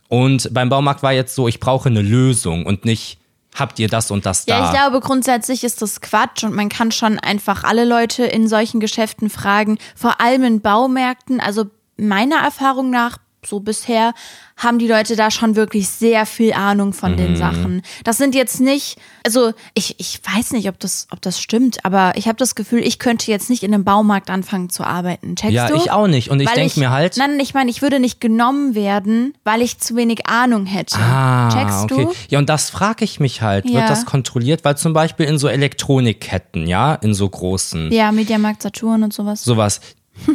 Und beim Baumarkt war jetzt so, ich brauche eine Lösung und nicht, habt ihr das und das
Ja,
da?
ich glaube, grundsätzlich ist das Quatsch und man kann schon einfach alle Leute in solchen Geschäften fragen, vor allem in Baumärkten. Also meiner Erfahrung nach, so bisher, haben die Leute da schon wirklich sehr viel Ahnung von
Mhm.
den Sachen. Das sind jetzt nicht, also ich, ich weiß nicht, ob das, ob das stimmt, aber ich habe das Gefühl, ich könnte jetzt nicht in einem Baumarkt anfangen zu arbeiten. Checkst
Ja,
du?
ich auch nicht. Und ich
Weil
denk mir halt-
Nein, ich meine, ich würde nicht genommen werden, weil ich zu wenig Ahnung hätte.
Ah,
Checkst
okay.
du?
Ja, und das frage ich mich halt.
Ja.
Wird das kontrolliert? Weil zum Beispiel in so Elektronikketten, ja, in so großen,
Ja, Mediamarkt, Saturn und sowas.
sowas.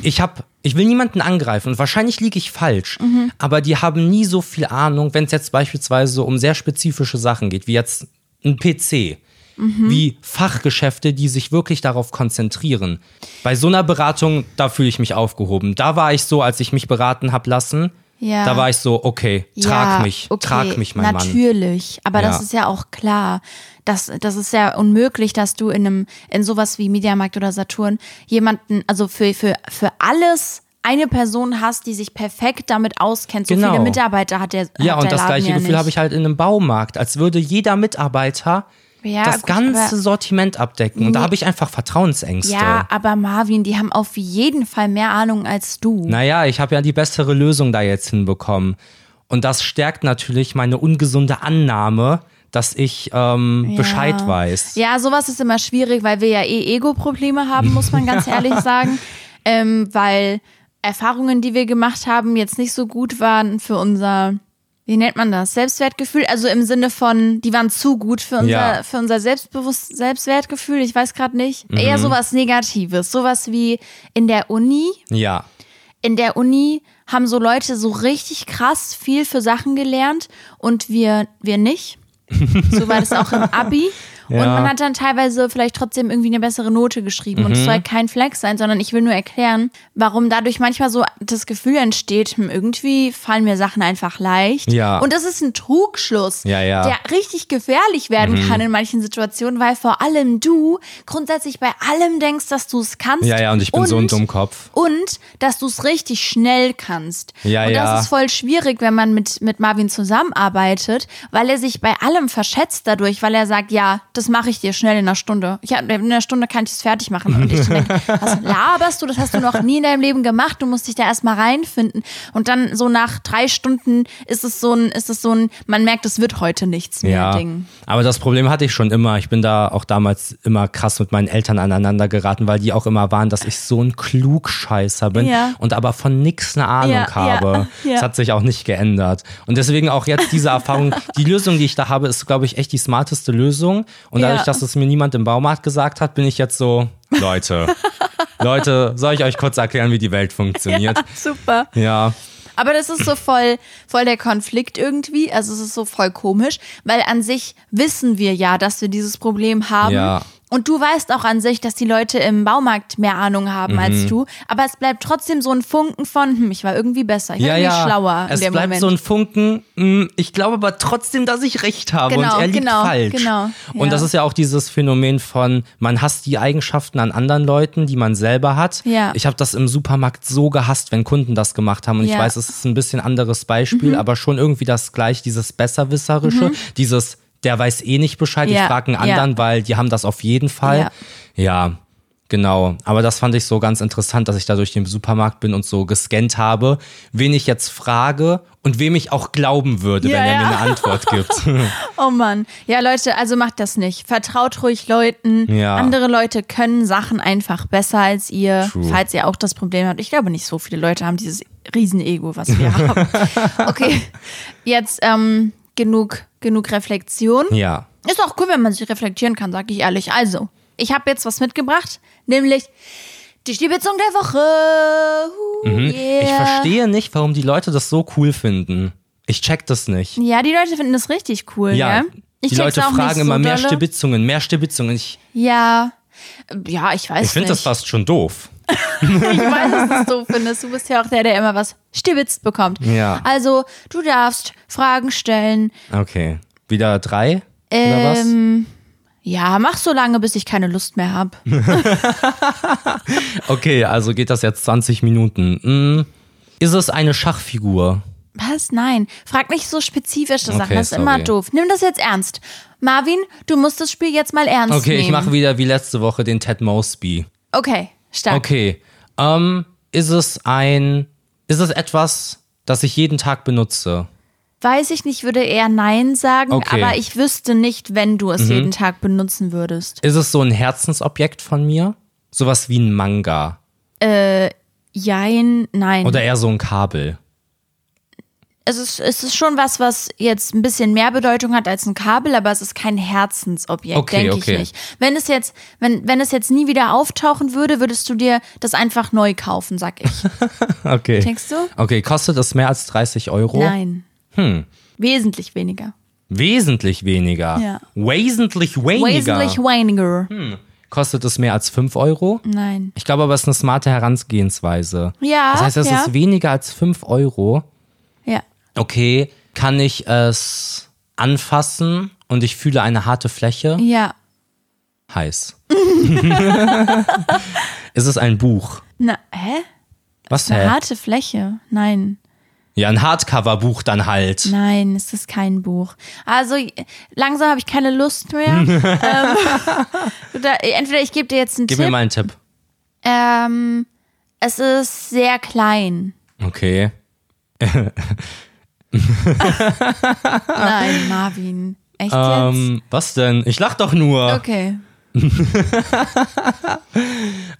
Ich hab, ich will niemanden angreifen und wahrscheinlich liege ich falsch, aber die haben nie so viel Ahnung, wenn es jetzt beispielsweise um sehr spezifische Sachen geht, wie jetzt ein PC. Wie Fachgeschäfte, die sich wirklich darauf konzentrieren. Bei so einer Beratung, da fühle ich mich aufgehoben. Da war ich so, als ich mich beraten habe lassen,
Ja.
Da war ich so, okay,
ja,
trag mich,
okay,
trag mich, mein Mann.
Natürlich, aber
Ja.
das ist ja auch klar. Das, das ist ja unmöglich, dass du in einem, in sowas wie Mediamarkt oder Saturn jemanden, also für, für, für alles eine Person hast, die sich perfekt damit auskennt. So
Genau.
viele Mitarbeiter hat der
Ja,
hat
und
der
das
Laden
gleiche
ja
Gefühl
nicht.
habe ich halt in einem Baumarkt, als würde jeder Mitarbeiter
Ja,
das
gut,
ganze
aber-
Sortiment abdecken. Und da
Nee.
habe ich einfach Vertrauensängste.
Ja, aber Marvin, die haben auf jeden Fall mehr Ahnung als du.
Naja, ich habe ja die bessere Lösung da jetzt hinbekommen. Und das stärkt natürlich meine ungesunde Annahme, dass ich ähm, Bescheid weiß.
Ja, sowas ist immer schwierig, weil wir ja eh Ego-Probleme haben, muss man ganz ehrlich sagen. Ähm, weil Erfahrungen, die wir gemacht haben, jetzt nicht so gut waren für unser, wie nennt man das, Selbstwertgefühl. Also im Sinne von, die waren zu gut für unser,
Ja.
für unser Selbstbewusst Selbstwertgefühl. Ich weiß gerade nicht.
Mhm.
Eher sowas Negatives. Sowas wie in der Uni.
Ja.
In der Uni haben so Leute so richtig krass viel für Sachen gelernt und wir, wir nicht. So war das auch im Abi. Und man hat dann teilweise vielleicht trotzdem irgendwie eine bessere Note geschrieben. Und
Mhm.
es soll kein Flex sein, sondern ich will nur erklären, warum dadurch manchmal so das Gefühl entsteht, hm, irgendwie fallen mir Sachen einfach leicht.
Ja.
Und das ist ein Trugschluss,
Ja, ja. Mhm.
der richtig gefährlich werden kann in manchen Situationen, weil vor allem du grundsätzlich bei allem denkst, dass du es kannst.
Ja, ja, und ich bin so ein Dummkopf.
Und dass du es richtig schnell kannst.
Ja,
und das
ja.
ist voll schwierig, wenn man mit, mit Marvin zusammenarbeitet, weil er sich bei allem verschätzt dadurch, weil er sagt, ja, das mache ich dir schnell in einer Stunde. Ja, in einer Stunde kann ich es fertig machen. Und ich denke, was laberst du? Das hast du noch nie in deinem Leben gemacht. Du musst dich da erstmal reinfinden. Und dann so nach drei Stunden ist es so ein, ist es so ein, man merkt, es wird heute nichts mehr
Ja,
Ding.
aber das Problem hatte ich schon immer. Ich bin da auch damals immer krass mit meinen Eltern aneinander geraten, weil die auch immer waren, dass ich so ein Klugscheißer bin
Ja.
und aber von nix eine Ahnung
Ja, ja,
habe.
ja.
Das hat sich auch nicht geändert. Und deswegen auch jetzt diese Erfahrung, die Lösung, die ich da habe, ist, glaube ich, echt die smarteste Lösung. Und dadurch,
Ja.
dass es mir niemand im Baumarkt gesagt hat, bin ich jetzt so, Leute, Leute, soll ich euch kurz erklären, wie die Welt funktioniert?
Super.
Ja,
Aber das ist so voll, voll der Konflikt irgendwie. Also es ist so voll komisch, weil an sich wissen wir ja, dass wir dieses Problem haben.
Ja.
Und du weißt auch an sich, dass die Leute im Baumarkt mehr Ahnung haben
Mhm.
als du. Aber es bleibt trotzdem so ein Funken von, hm, ich war irgendwie besser, ich war
ja,
irgendwie
ja.
schlauer
es
in dem
bleibt
Moment.
so ein Funken. mm, Ich glaube aber trotzdem, dass ich recht habe
Genau,
und er liegt
genau,
falsch.
genau, ja.
Und das ist ja auch dieses Phänomen von, man hasst die Eigenschaften an anderen Leuten, die man selber hat.
Ja.
Ich habe das im Supermarkt so gehasst, wenn Kunden das gemacht haben. Und ich
Ja. Mhm.
weiß, es ist ein bisschen anderes Beispiel, aber schon irgendwie das gleich, dieses Besserwisserische, dieses, der weiß eh nicht Bescheid,
Ja,
ich frage einen
ja.
anderen, weil die haben das auf jeden Fall. ja. Genau, aber das fand ich so ganz interessant, dass ich da durch den Supermarkt bin und so gescannt habe, wen ich jetzt frage und wem ich auch glauben würde,
Ja,
wenn er
ja.
mir eine Antwort gibt.
Oh Mann. Ja, Leute, also macht das nicht. Vertraut ruhig Leuten.
Ja.
Andere Leute können Sachen einfach besser als ihr,
True.
falls ihr auch das Problem habt. Ich glaube nicht so viele Leute haben dieses Riesenego, was wir haben. Okay, jetzt ähm, genug, genug Reflexion.
ja,
Ist auch cool, wenn man sich reflektieren kann, sag ich ehrlich. Also, ich habe jetzt was mitgebracht, nämlich die Stiebezung der Woche. Uh, yeah.
Mhm. ich verstehe nicht, warum die Leute das so cool finden. Ich check das nicht.
Ja, die Leute finden das richtig cool.
Ja,
gell? Ich
die
check's
Leute
auch nicht
fragen
so
immer mehr
dolle.
Stibitzungen, mehr Stibitzungen. Ich,
Ja. Ja, ich weiß
ich finde das
nicht.
fast schon doof.
ich weiß, dass du es so findest. Du bist ja auch der, der immer was stibitzt bekommt.
Ja.
Also, du darfst Fragen stellen.
Okay, wieder drei oder was?
Ähm, ja, mach so lange, bis ich keine Lust mehr habe.
Okay, also geht das jetzt 20 Minuten. Hm. Ist es eine Schachfigur?
Was? Nein. Frag nicht so spezifische Sachen.
Okay,
das ist
sorry.
immer doof. Nimm das jetzt ernst. Marvin, du musst das Spiel jetzt mal ernst
Okay,
nehmen.
ich mache wieder wie letzte Woche den Ted Mosby.
Okay, stark.
Okay. Ähm, ist es ein. Ist es etwas, das ich jeden Tag benutze?
Weiß ich nicht, würde eher Nein sagen,
Okay. Mhm.
aber ich wüsste nicht, wenn du es jeden Tag benutzen würdest.
Ist es so ein Herzensobjekt von mir? Sowas wie ein Manga.
Jein, nein.
Oder eher so ein Kabel.
es ist, es ist schon was, was jetzt ein bisschen mehr Bedeutung hat als ein Kabel, aber es ist kein Herzensobjekt,
Okay,
denke
okay.
ich nicht. Wenn es jetzt, wenn, wenn es jetzt nie wieder auftauchen würde, würdest du dir das einfach neu kaufen, sag ich.
Okay.
Denkst du?
Okay, kostet es mehr als 30 Euro?
Nein. Hm. Wesentlich weniger.
Wesentlich weniger.
Ja.
Wesentlich weniger. Hm.
Wesentlich Mhm. weniger.
kostet es mehr als 5 Euro?
Nein.
Ich glaube aber, es ist eine smarte Herangehensweise.
Ja,
Das heißt, es
ja.
ist weniger als 5 Euro. okay, kann ich es anfassen und ich fühle eine harte Fläche?
Ja.
Heiß. ist es ein Buch?
Na, hä?
Was
Eine
hä?
harte Fläche. Nein.
Ja, ein Hardcover-Buch dann halt.
Nein, es ist kein Buch. Also langsam habe ich keine Lust mehr. ähm, oder, entweder ich gebe dir jetzt einen
Gib mir
Tipp.
mal einen Tipp.
Ähm, es ist sehr klein.
Okay.
Nein, Marvin. Echt jetzt?
Ah. Ähm, was denn? Ich lach doch nur.
Okay. so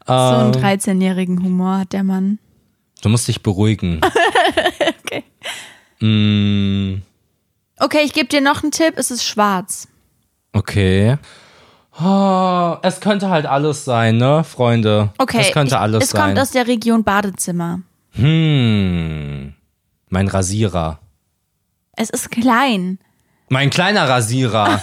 einen
Ähm.
13-jährigen Humor hat der Mann.
Du musst dich beruhigen.
Okay.
mm,
Okay, ich gebe dir noch einen Tipp. Es ist schwarz.
okay. Oh, es könnte halt alles sein, ne, Freunde?
Okay.
Es könnte
ich,
alles
Es
sein.
kommt aus der Region Badezimmer.
hm. Mein Rasierer.
Es ist klein.
Mein kleiner Rasierer.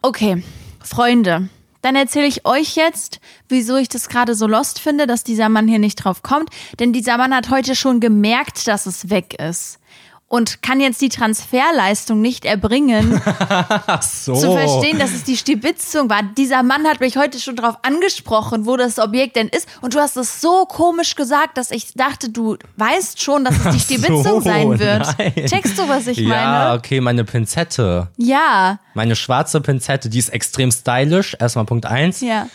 Okay, Freunde, dann erzähle ich euch jetzt, wieso ich das gerade so lost finde, dass dieser Mann hier nicht drauf kommt. Denn dieser Mann hat heute schon gemerkt, dass es weg ist. Und kann jetzt die Transferleistung nicht erbringen,
So.
zu verstehen, dass es die Stibitzung war. Dieser Mann hat mich heute schon darauf angesprochen, wo das Objekt denn ist. Und du hast es so komisch gesagt, dass ich dachte, du weißt schon, dass es die Stibitzung
so,
sein wird.
nein.
Checkst du, was ich
Ja,
meine?
okay, meine Pinzette.
Ja.
Meine schwarze Pinzette, die ist extrem stylisch. Erstmal Punkt eins.
Ja.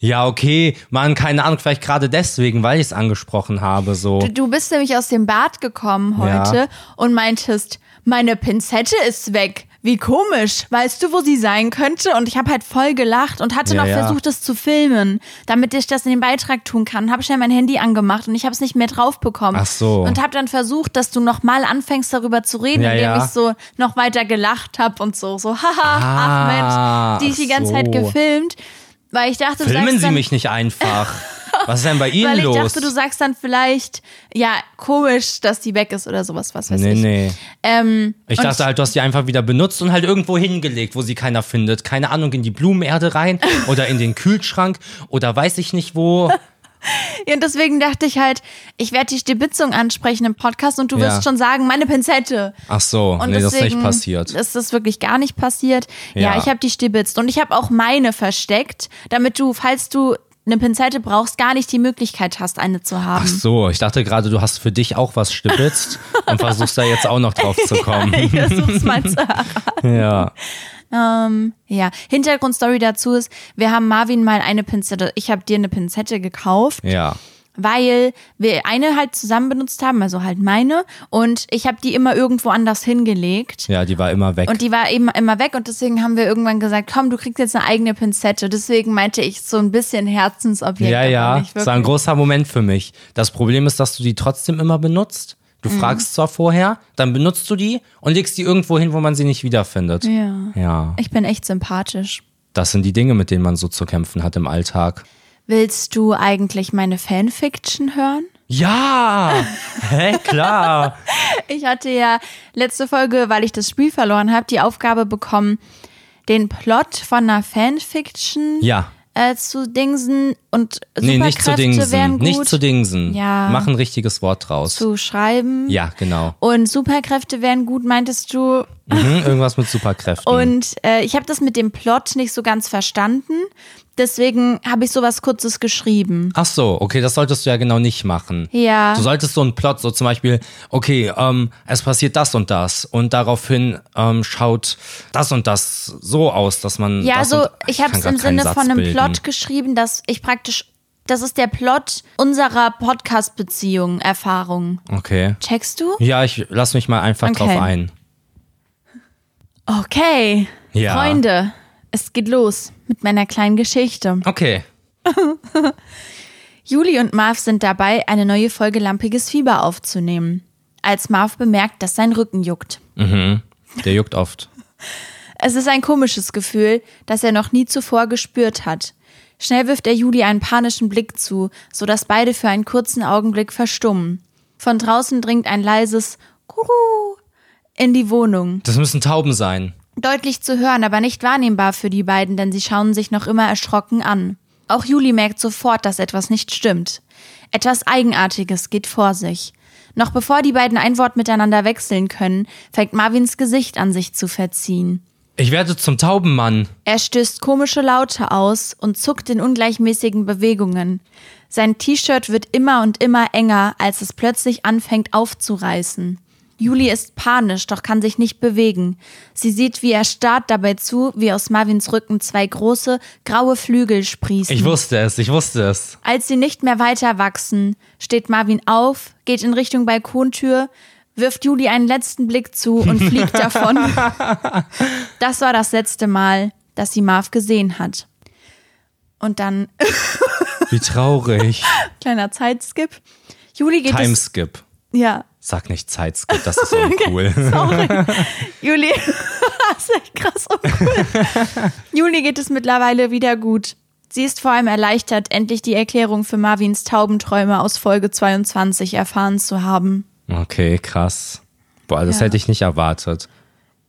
Ja, okay, Mann, keine Ahnung, vielleicht gerade deswegen, weil ich es angesprochen habe, so.
Du, du bist nämlich aus dem Bad gekommen
Ja.
heute und meintest, meine Pinzette ist weg. Wie komisch. Weißt du, wo sie sein könnte? Und ich habe halt voll gelacht und hatte
Ja,
noch
ja.
versucht, das zu filmen, damit ich das in den Beitrag tun kann. Habe schnell mein Handy angemacht und ich habe es nicht mehr drauf bekommen.
Ach so.
Und habe dann versucht, dass du nochmal anfängst, darüber zu reden,
Ja,
indem
ja.
ich so noch weiter gelacht habe und so. So, haha,
Ah,
ach Mensch, die ich die
ach
ganze Zeit
so.
gefilmt. Weil ich dachte, du
Filmen
sagst
Sie
dann,
mich nicht einfach. Was ist denn bei Ihnen
weil ich
los?
dachte, du sagst dann vielleicht, ja, komisch, dass die weg ist oder sowas, was weiß
nee,
ich.
nee.
Ähm,
Ich
und
dachte halt, du hast die einfach wieder benutzt und halt irgendwo hingelegt, wo sie keiner findet. Keine Ahnung, in die Blumenerde rein oder in den Kühlschrank oder weiß ich nicht wo.
ja, und deswegen dachte ich halt, ich werde die Stibitzung ansprechen im Podcast und du
Ja.
wirst schon sagen, meine Pinzette.
Ach so,
Und
nee, das ist
deswegen
nicht passiert.
Ist das wirklich gar nicht passiert? Ja,
Ja.
ich habe die stibitzt und ich habe auch meine versteckt, damit du, falls du eine Pinzette brauchst, gar nicht die Möglichkeit hast, eine zu haben.
Ach so, ich dachte gerade, du hast für dich auch was stibitzt und versuchst da jetzt auch noch drauf zu kommen.
Ich versuch's mal zu
Ja.
Ja, Hintergrundstory dazu ist, wir haben Marvin mal eine Pinzette, ich habe dir eine Pinzette gekauft
Ja.
weil wir eine halt zusammen benutzt haben, also halt meine. Und ich habe die immer irgendwo anders hingelegt.
Ja, die war immer weg.
Und die war eben immer weg und deswegen haben wir irgendwann gesagt, komm, du kriegst jetzt eine eigene Pinzette. Deswegen meinte ich so ein bisschen Herzensobjekt.
Ja,
aber
ja,
nicht
das war ein
wirklich.
großer Moment für mich. Das Problem ist, dass du die trotzdem immer benutzt. Du
Mhm.
fragst zwar vorher, dann benutzt du die und legst die irgendwo hin, wo man sie nicht wiederfindet.
Ja.
Ja,
Ich bin echt sympathisch.
das sind die Dinge, mit denen man so zu kämpfen hat im Alltag.
Willst du eigentlich meine Fanfiction hören?
Ja, hä, klar.
Ich hatte ja letzte Folge, weil ich das Spiel verloren habe, die Aufgabe bekommen, den Plot von einer Fanfiction
Ja,
äh, zu dingsen und
nee,
Superkräfte
nicht zu dingsen,
wären gut
nicht zu dingsen.
Ja.
Mach ein richtiges Wort draus.
zu schreiben.
ja, genau.
Und Superkräfte wären gut, meintest du.
Mhm, irgendwas mit Superkräften.
Und äh, ich habe das mit dem Plot nicht so ganz verstanden. Deswegen habe ich sowas Kurzes geschrieben.
Ach so, okay, das solltest du ja genau nicht machen.
Ja.
Du solltest so einen Plot, so zum Beispiel, okay, ähm, es passiert das und das und daraufhin ähm, schaut das und das so aus, dass man.
Ja,
Also das
so,
und,
ich habe
kann
es
grad
im
keinen
Sinne
Satz
von einem
bilden.
Plot geschrieben, dass ich praktisch, das ist der Plot unserer Podcast-Beziehung, Erfahrung.
Okay.
Checkst du?
Ja, ich lass mich mal einfach
Okay.
drauf ein.
Okay.
Ja.
Freunde, es geht los mit meiner kleinen Geschichte.
Okay.
Juli und Marv sind dabei, eine neue Folge Lampiges Fieber aufzunehmen. Als Marv bemerkt, dass sein Rücken juckt.
Der juckt oft.
Es ist ein komisches Gefühl, das er noch nie zuvor gespürt hat. Schnell wirft er Juli einen panischen Blick zu, so dass beide für einen kurzen Augenblick verstummen. Von draußen dringt ein leises Kuru in die Wohnung.
Das müssen Tauben sein.
Deutlich zu hören, aber nicht wahrnehmbar für die beiden, denn sie schauen sich noch immer erschrocken an. Auch Juli merkt sofort, dass etwas nicht stimmt. Etwas Eigenartiges geht vor sich. Noch bevor die beiden ein Wort miteinander wechseln können, fängt Marvins Gesicht an sich zu verziehen.
Ich werde zum Taubenmann.
Er stößt komische Laute aus und zuckt in ungleichmäßigen Bewegungen. Sein T-Shirt wird immer und immer enger, als es plötzlich anfängt aufzureißen. Julie ist panisch, doch kann sich nicht bewegen. Sie sieht, wie er starrt dabei zu, wie aus Marvins Rücken zwei große, graue Flügel sprießen.
Ich wusste es, ich wusste es.
Als sie nicht mehr weiter wachsen, steht Marvin auf, geht in Richtung Balkontür, wirft Julie einen letzten Blick zu und fliegt davon. Das war das letzte Mal, dass sie Marv gesehen hat. Und dann,
Wie traurig.
kleiner Zeitskip. Julie geht es,
Timeskip.
ja,
Sag nicht Zeitskip, das ist uncool.
Juli, das ist echt krass uncool. Juli geht es mittlerweile wieder gut. Sie ist vor allem erleichtert, endlich die Erklärung für Marvins Taubenträume aus Folge 22 erfahren zu haben.
Okay, krass. Boah, das hätte ich nicht erwartet.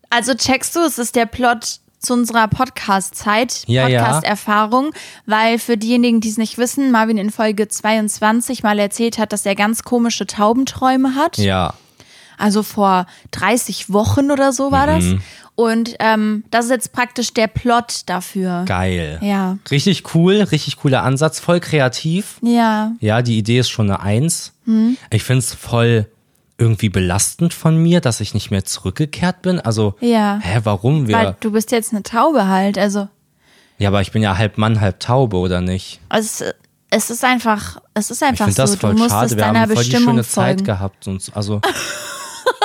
Also checkst du, es ist der Plot zu unserer Podcast-Zeit,
Ja, ja.
Podcast-Erfahrung, weil für diejenigen, die es nicht wissen, Marvin in Folge 22 mal erzählt hat, dass er ganz komische Taubenträume hat.
Ja.
Also vor 30 Wochen oder so war das.
Mhm.
Und ähm, das ist jetzt praktisch der Plot dafür.
Geil.
Ja.
Richtig cool, richtig cooler Ansatz, voll kreativ.
Ja,
Ja, die Idee ist schon eine Eins.
Mhm.
Ich finde es voll irgendwie belastend von mir, dass ich nicht mehr zurückgekehrt bin. Also,
Ja.
hä, warum wir?
weil du bist jetzt eine Taube halt. Also
ja, aber ich bin ja halb Mann, halb Taube, oder nicht?
es, es ist einfach, es ist
Ich
einfach
finde
so.
das voll
du musstest
schade. Wir
deiner
haben voll die
Bestimmung
schöne Zeit
folgen.
gehabt. Und so, also,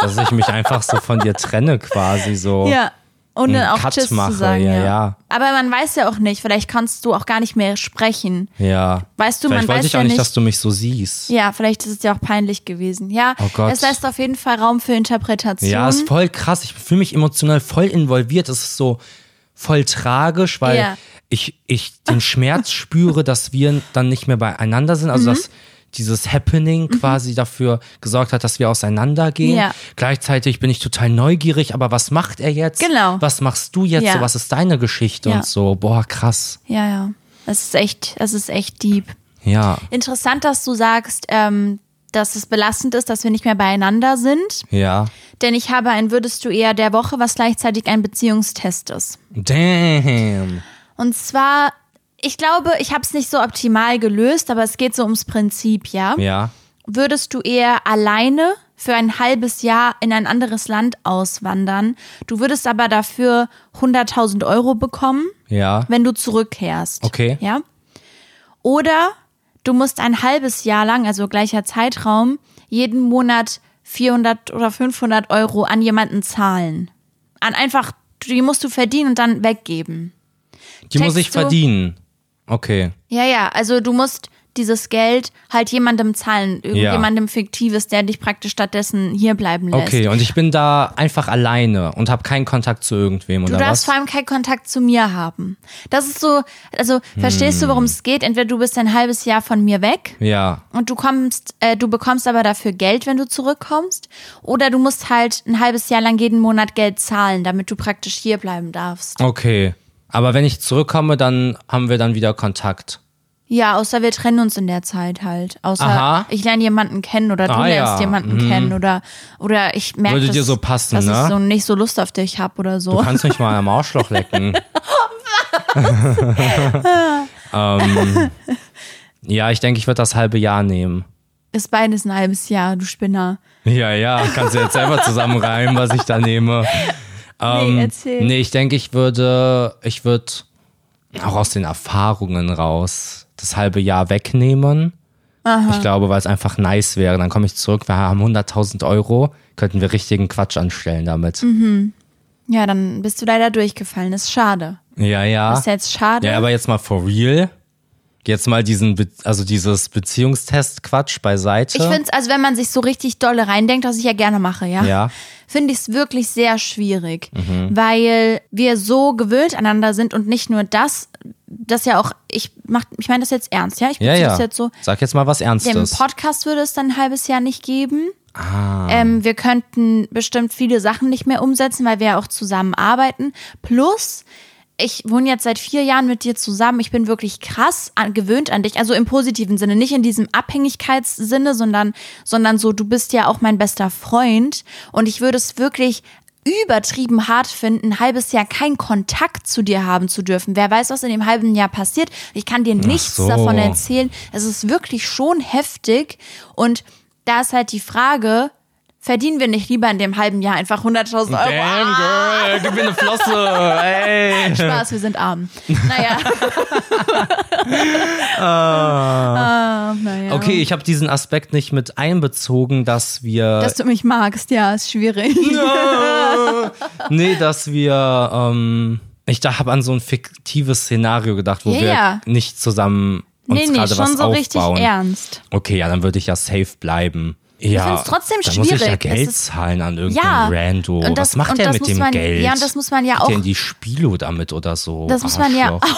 dass ich mich einfach so von dir trenne, quasi so.
ja. Ohne
einen
auch
Cut
Tschüss
mache,
zu sagen.
ja, ja.
Aber man weiß ja auch nicht, vielleicht kannst du auch gar nicht mehr sprechen.
Ja.
Weißt du,
Vielleicht
man
wollte
weiß
ich auch
ja
nicht,
nicht-
dass du mich so siehst.
Ja, vielleicht ist es ja auch peinlich gewesen. Ja,
Oh Gott.
es lässt auf jeden Fall Raum für Interpretation.
Ja, ist voll krass. Ich fühle mich emotional voll involviert. Es ist so voll tragisch, weil
Ja.
ich, ich den Schmerz spüre, dass wir dann nicht mehr beieinander sind.
Mhm.
Also, dass dieses Happening quasi dafür gesorgt hat, dass wir auseinandergehen.
Ja.
Gleichzeitig bin ich total neugierig, aber was macht er jetzt?
Genau.
Was machst du jetzt?
Ja.
So, was ist deine Geschichte
Ja.
und so? Boah, krass.
ja, ja. Es ist echt, es ist echt deep.
Ja,
Interessant, dass du sagst, ähm, dass es belastend ist, dass wir nicht mehr beieinander sind.
ja.
Denn ich habe ein Würdest du eher der Woche, was gleichzeitig ein Beziehungstest ist.
Damn.
Und zwar, ich glaube, ich habe es nicht so optimal gelöst, aber es geht so ums Prinzip, ja?
Ja.
Würdest du eher alleine für ein halbes Jahr in ein anderes Land auswandern? Du würdest aber dafür 100.000 Euro bekommen,
Ja.
wenn du zurückkehrst.
Okay.
Ja? Oder du musst ein halbes Jahr lang, also gleicher Zeitraum, jeden Monat 400 oder 500 Euro an jemanden zahlen. An einfach, die musst du verdienen und dann weggeben.
Die muss ich
Text du-
verdienen. Okay.
Ja, ja, also du musst dieses Geld halt jemandem zahlen, irgendjemandem Fiktives, der dich praktisch stattdessen hier bleiben lässt.
Okay, und ich bin da einfach alleine und habe keinen Kontakt zu irgendwem
Du
oder
darfst
was?
vor allem keinen Kontakt zu mir haben. Das ist so, also verstehst du,
Hm.
worum es geht? Entweder du bist ein halbes Jahr von mir weg
Ja,
und du kommst, äh, du bekommst aber dafür Geld, wenn du zurückkommst, oder du musst halt ein halbes Jahr lang jeden Monat Geld zahlen, damit du praktisch hier bleiben darfst.
okay. Aber wenn ich zurückkomme, dann haben wir dann wieder Kontakt.
Ja, außer wir trennen uns in der Zeit halt. Außer
Aha.
ich lerne jemanden kennen oder du
Ah, ja.
lernst jemanden kennen oder oder ich merke,
Würde dir
dass-
so passen,
dass
ne?
ich so nicht so Lust auf dich hab oder so.
Du kannst mich mal am Arschloch lecken. ähm, ja, ich denke, ich würde das halbe Jahr nehmen.
Ist beides ein halbes Jahr, du Spinner.
Ja, ja, kannst du jetzt selber zusammenreimen, was ich da nehme. Ähm,
nee, erzähl.
Nee, ich denke, ich würde, ich würde auch aus den Erfahrungen raus das halbe Jahr wegnehmen. Ich glaube, weil es einfach nice wäre. Dann komme ich zurück, wir haben 100.000 Euro, könnten wir richtigen Quatsch anstellen damit.
Mhm. Ja, dann bist du leider durchgefallen. Ist schade.
Ja, ja.
Ist jetzt schade.
Ah. Ja, aber jetzt mal for real. Jetzt mal diesen, Be also dieses Beziehungstest-Quatsch beiseite.
ich finde es, also wenn man sich so richtig dolle reindenkt, was ich ja gerne mache, ja,
Ja.
finde ich es wirklich sehr schwierig, weil wir so gewöhnt aneinander sind und nicht nur das, das ja auch, ich mach, ich meine das jetzt ernst, ja, ich
ja,
beziehe
ja.
das jetzt so,
Sag jetzt mal was
Dem
Ernstes.
Podcast würde es dann ein halbes Jahr nicht geben. Ähm, wir könnten bestimmt viele Sachen nicht mehr umsetzen, weil wir ja auch zusammenarbeiten. Plus, ich wohne jetzt seit vier Jahren mit dir zusammen. Ich bin wirklich krass an, gewöhnt an dich. Also im positiven Sinne, nicht in diesem Abhängigkeitssinne, sondern, sondern so, du bist ja auch mein bester Freund. Und ich würde es wirklich übertrieben hart finden, ein halbes Jahr keinen Kontakt zu dir haben zu dürfen. Wer weiß, was in dem halben Jahr passiert. Ich kann dir nichts
so.
davon erzählen. Also Es ist wirklich schon heftig. Und da ist halt die Frage, verdienen wir nicht lieber in dem halben Jahr einfach 100.000 Euro? Ah,
Damn, Girl, gib mir eine Flosse. Ey.
Spaß, wir sind arm. Naja. Ah, naja.
Okay, ich habe diesen Aspekt nicht mit einbezogen, dass wir.
Dass du mich magst, ja, ist schwierig.
nee, dass wir. Ähm, ich da habe an so ein fiktives Szenario gedacht, wo
Ja,
wir
ja.
nicht zusammen uns
nee, nee,
gerade was
schon so
aufbauen.
richtig ernst.
Okay, ja, dann würde ich ja safe bleiben. Ja,
find's trotzdem
dann muss ich ja
schwierig. Es
Geld
ist-
zahlen an irgendeinen
Ja.
Rando.
Und das-
was macht
und
der
das
mit
muss
dem
man-
Geld?
ja, und das muss man ja
Geht der
auch-
in die Spilo damit oder so?
Das muss man ja
Arschloch.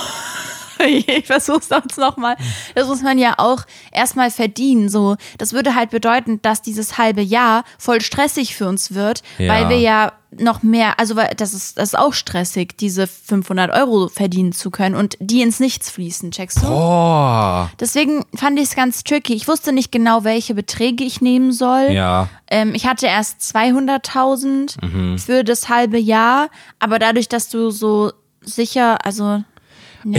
ich versuch's sonst nochmal. Das muss man ja auch erstmal verdienen. So, das würde halt bedeuten, dass dieses halbe Jahr voll stressig für uns wird,
Ja.
weil wir ja noch mehr, also weil das ist, das ist auch stressig, diese 500 Euro verdienen zu können und die ins Nichts fließen, checkst du?
Boah.
Deswegen fand ich es ganz tricky. Ich wusste nicht genau, welche Beträge ich nehmen soll.
Ja.
Ähm, ich hatte erst 200.000
Mhm.
für das halbe Jahr, aber dadurch, dass du so sicher, also ja,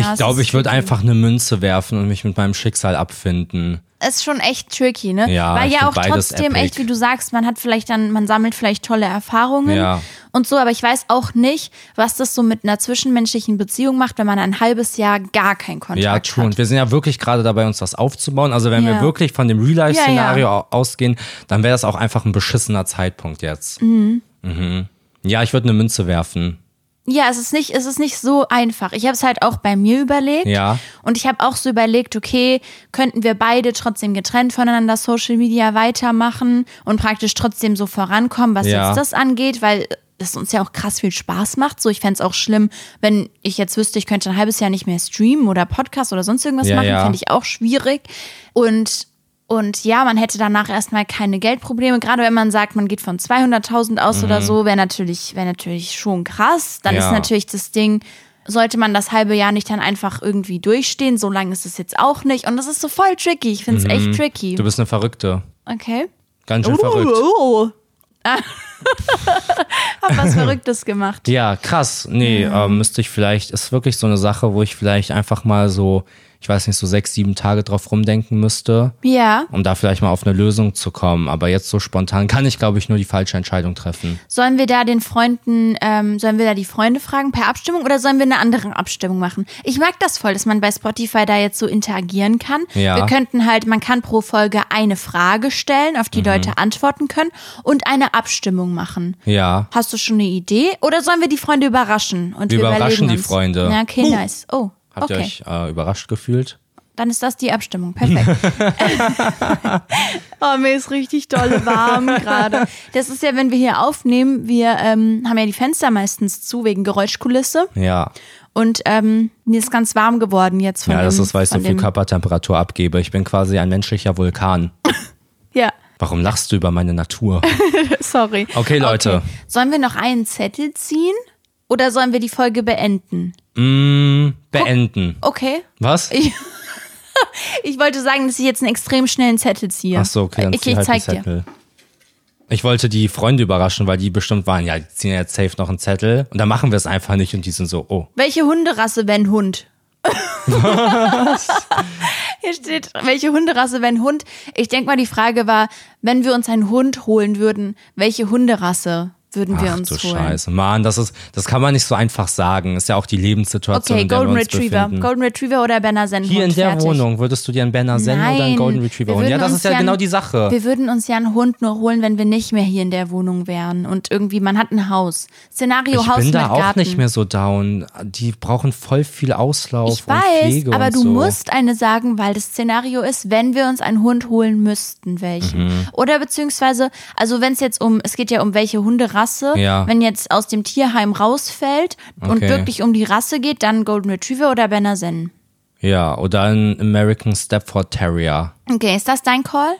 ich
es
glaube,
ist
ich würde
tricky.
einfach eine Münze werfen und mich mit meinem Schicksal abfinden.
ist schon echt tricky, ne?
Ja,
Weil
ich
ja
find
auch
beides
trotzdem
epic.
echt, wie du sagst, man hat vielleicht dann, man sammelt vielleicht tolle Erfahrungen
Ja.
und so, aber ich weiß auch nicht, was das so mit einer zwischenmenschlichen Beziehung macht, wenn man ein halbes Jahr gar keinen Kontakt
Ja, true.
hat.
Und wir sind ja wirklich gerade dabei, uns das aufzubauen. Also wenn wir
Ja.
wirklich von dem Real-Life-Szenario
Ja,
au- ausgehen, dann wäre das auch einfach ein beschissener Zeitpunkt jetzt. Mhm. Ja, ich würde eine Münze werfen.
Ja, es ist nicht, es ist nicht so einfach. Ich habe es halt auch bei mir überlegt.
Ja.
Und ich habe auch so überlegt, okay, könnten wir beide trotzdem getrennt voneinander Social Media weitermachen und praktisch trotzdem so vorankommen, was
Ja.
jetzt das angeht, weil es uns ja auch krass viel Spaß macht. So, ich fänd's auch schlimm, wenn ich jetzt wüsste, ich könnte ein halbes Jahr nicht mehr streamen oder Podcast oder sonst irgendwas
Ja,
machen,
ja.
fänd ich auch schwierig. Und und ja, man hätte danach erstmal keine Geldprobleme. Gerade wenn man sagt, man geht von 200.000 aus oder so, wäre natürlich, wäre natürlich schon krass. Dann
Mhm. Ja.
ist natürlich das Ding, sollte man das halbe Jahr nicht dann einfach irgendwie durchstehen. So lange ist es jetzt auch nicht. Und das ist so voll tricky. Ich finde es echt tricky.
Mhm. Du bist eine Verrückte.
Okay.
Ganz schön verrückt.
Oh. Ah. Hab was Verrücktes gemacht.
Ja, krass. Nee, ähm, müsste ich vielleicht, ist wirklich so eine Sache, wo ich vielleicht einfach mal so, ich weiß nicht, so sechs, sieben Tage drauf rumdenken müsste,
Ja.
um da vielleicht mal auf eine Lösung zu kommen. Aber jetzt so spontan kann ich, glaube ich, nur die falsche Entscheidung treffen.
Sollen wir da den Freunden, ähm, sollen wir da die Freunde fragen per Abstimmung oder sollen wir eine andere Abstimmung machen? Ich mag das voll, dass man bei Spotify da jetzt so interagieren kann.
Ja.
Wir könnten halt, man kann pro Folge eine Frage stellen, auf
Mhm.
die Leute antworten können und eine Abstimmung machen.
Ja.
Hast du schon eine Idee? Oder sollen wir die Freunde überraschen? Und wir,
Wir überraschen
überlegen
die
uns.
Freunde.
Na, okay, nice. Oh,
Habt ihr
okay.
euch äh, überrascht gefühlt?
Dann ist das die Abstimmung. Perfekt. oh, mir ist richtig doll warm gerade. Das ist ja, wenn wir hier aufnehmen, wir ähm, haben ja die Fenster meistens zu wegen Geräuschkulisse.
Ja.
Und ähm, mir ist ganz warm geworden jetzt von
Ja, das
dem,
ist, weil ich so
Mhm. von
viel
dem-
Körpertemperatur abgebe. Ich bin quasi ein menschlicher Vulkan.
Ja,
Warum lachst du über meine Natur?
sorry.
Okay, Leute.
Sollen wir noch einen Zettel ziehen? Oder sollen wir die Folge beenden?
Mm, beenden.
Okay.
Was?
Ich wollte sagen, dass ich jetzt einen extrem schnellen Zettel ziehe.
Ach so, okay, dann
ich,
zieh
ich
halt einen
zeig dir.
Zettel. Ich wollte die Freunde überraschen, weil die bestimmt waren, ja, die ziehen ja jetzt safe noch einen Zettel. Und dann machen wir es einfach nicht und die sind so, oh.
Welche Hunderasse, wenn Hund? Hier steht, welche Hunderasse, wenn Hund? Ich denke mal, die Frage war, wenn wir uns einen Hund holen würden, welche Hunderasse würden wir
Ach
uns
du
holen?
Scheiße. Mann, das ist, das kann man nicht so einfach sagen. Ist ja auch die Lebenssituation,
Okay,
in der
Golden
wir uns
Retriever.
befinden.
Golden Retriever oder Bernersen.
Hier in
Hund,
der
fertig.
Wohnung würdest du dir einen Berner Zen oder einen
Nein,
Golden Retriever
wir
holen. Ja,
würden
das
uns
ist ja,
einen-
genau die Sache.
Wir würden uns ja einen Hund nur holen, wenn wir nicht mehr hier in der Wohnung wären. Und irgendwie, man hat ein Haus. Szenario
Ich
Haus
bin
mit
da auch
Garten.
nicht mehr so down. Die brauchen voll viel Auslauf
Ich
und
weiß,
Pflege
aber
und
du
so.
musst eine sagen, weil das Szenario ist, wenn wir uns einen Hund holen müssten, welchen.
Mhm.
Oder beziehungsweise, also wenn es jetzt um, es geht ja um welche Hunderasse,
Ja.
wenn jetzt aus dem Tierheim rausfällt und
Okay.
wirklich um die Rasse geht, dann Golden Retriever oder Benersen.
Ja, oder ein American Stepford Terrier.
Okay, ist das dein Call?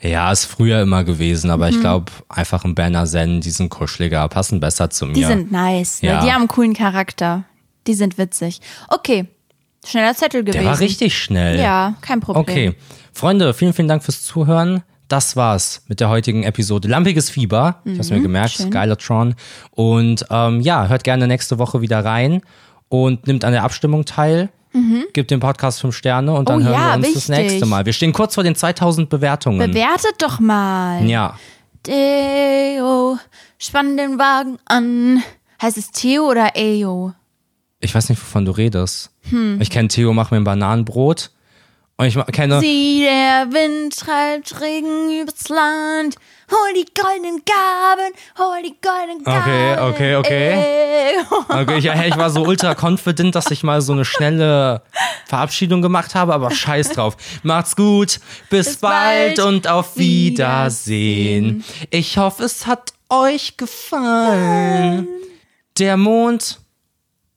Ja, ist früher immer gewesen, aber
Mhm.
ich glaube, einfach ein Berner Zen, die sind kuscheliger, passen besser zu mir.
Die sind nice, ne?
Ja.
die haben einen coolen Charakter. Die sind witzig. Okay, schneller Zettel gewesen.
Der war richtig schnell.
Ja, kein Problem.
Okay. Freunde, vielen, vielen Dank fürs Zuhören. Das war's mit der heutigen Episode. Lampiges Fieber. Ich hab's mir gemerkt.
Mhm, schön.
Skylatron. Und ähm, ja, hört gerne nächste Woche wieder rein und nimmt an der Abstimmung teil. Gibt dem Podcast fünf Sterne und dann
Mhm. Oh
hören
ja,
wir uns das
wichtig.
nächste Mal. Wir stehen kurz vor den 2000 Bewertungen.
Bewertet doch mal.
ja.
Theo, spann den Wagen an. Heißt es Theo oder Eo?
Ich weiß nicht, wovon du redest.
Hm.
Ich kenne Theo, mach mir ein Bananenbrot. Und ich ma- kenne.
Sieh, der Wind treibt Regen übers Land. Hol die goldenen Gaben, hol die goldenen
Okay,
Gaben.
okay, okay.
Eo.
Okay, ich, hey, ich war so ultra confident, dass ich mal so eine schnelle Verabschiedung gemacht habe, aber scheiß drauf. Macht's gut, bis, bald
bald.
und auf Wiedersehen. Ich hoffe, es hat euch gefallen. Der Mond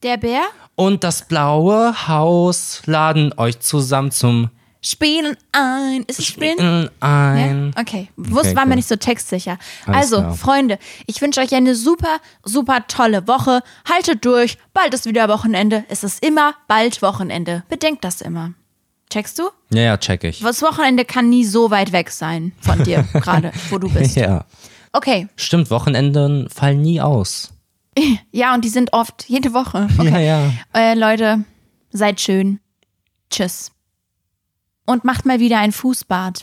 Der Bär?
und das blaue Haus laden euch zusammen zum
Spielen ein. Ist es Spielen?
Innen ein.
Okay, wusste,
Okay,
war
cool.
mir nicht so textsicher.
Alles
also,
klar.
Freunde, ich wünsche euch eine super, super tolle Woche. Haltet durch, bald ist wieder Wochenende. Es ist immer bald Wochenende. Bedenkt das immer. Checkst du?
Ja, ja, check ich.
Das Wochenende kann nie so weit weg sein von dir, gerade wo du bist.
Ja.
Okay,
Stimmt, Wochenenden fallen nie aus.
ja, und die sind oft jede Woche. Okay.
Ja, ja.
Äh, Leute, seid schön. Tschüss. Und macht mal wieder ein Fußbad.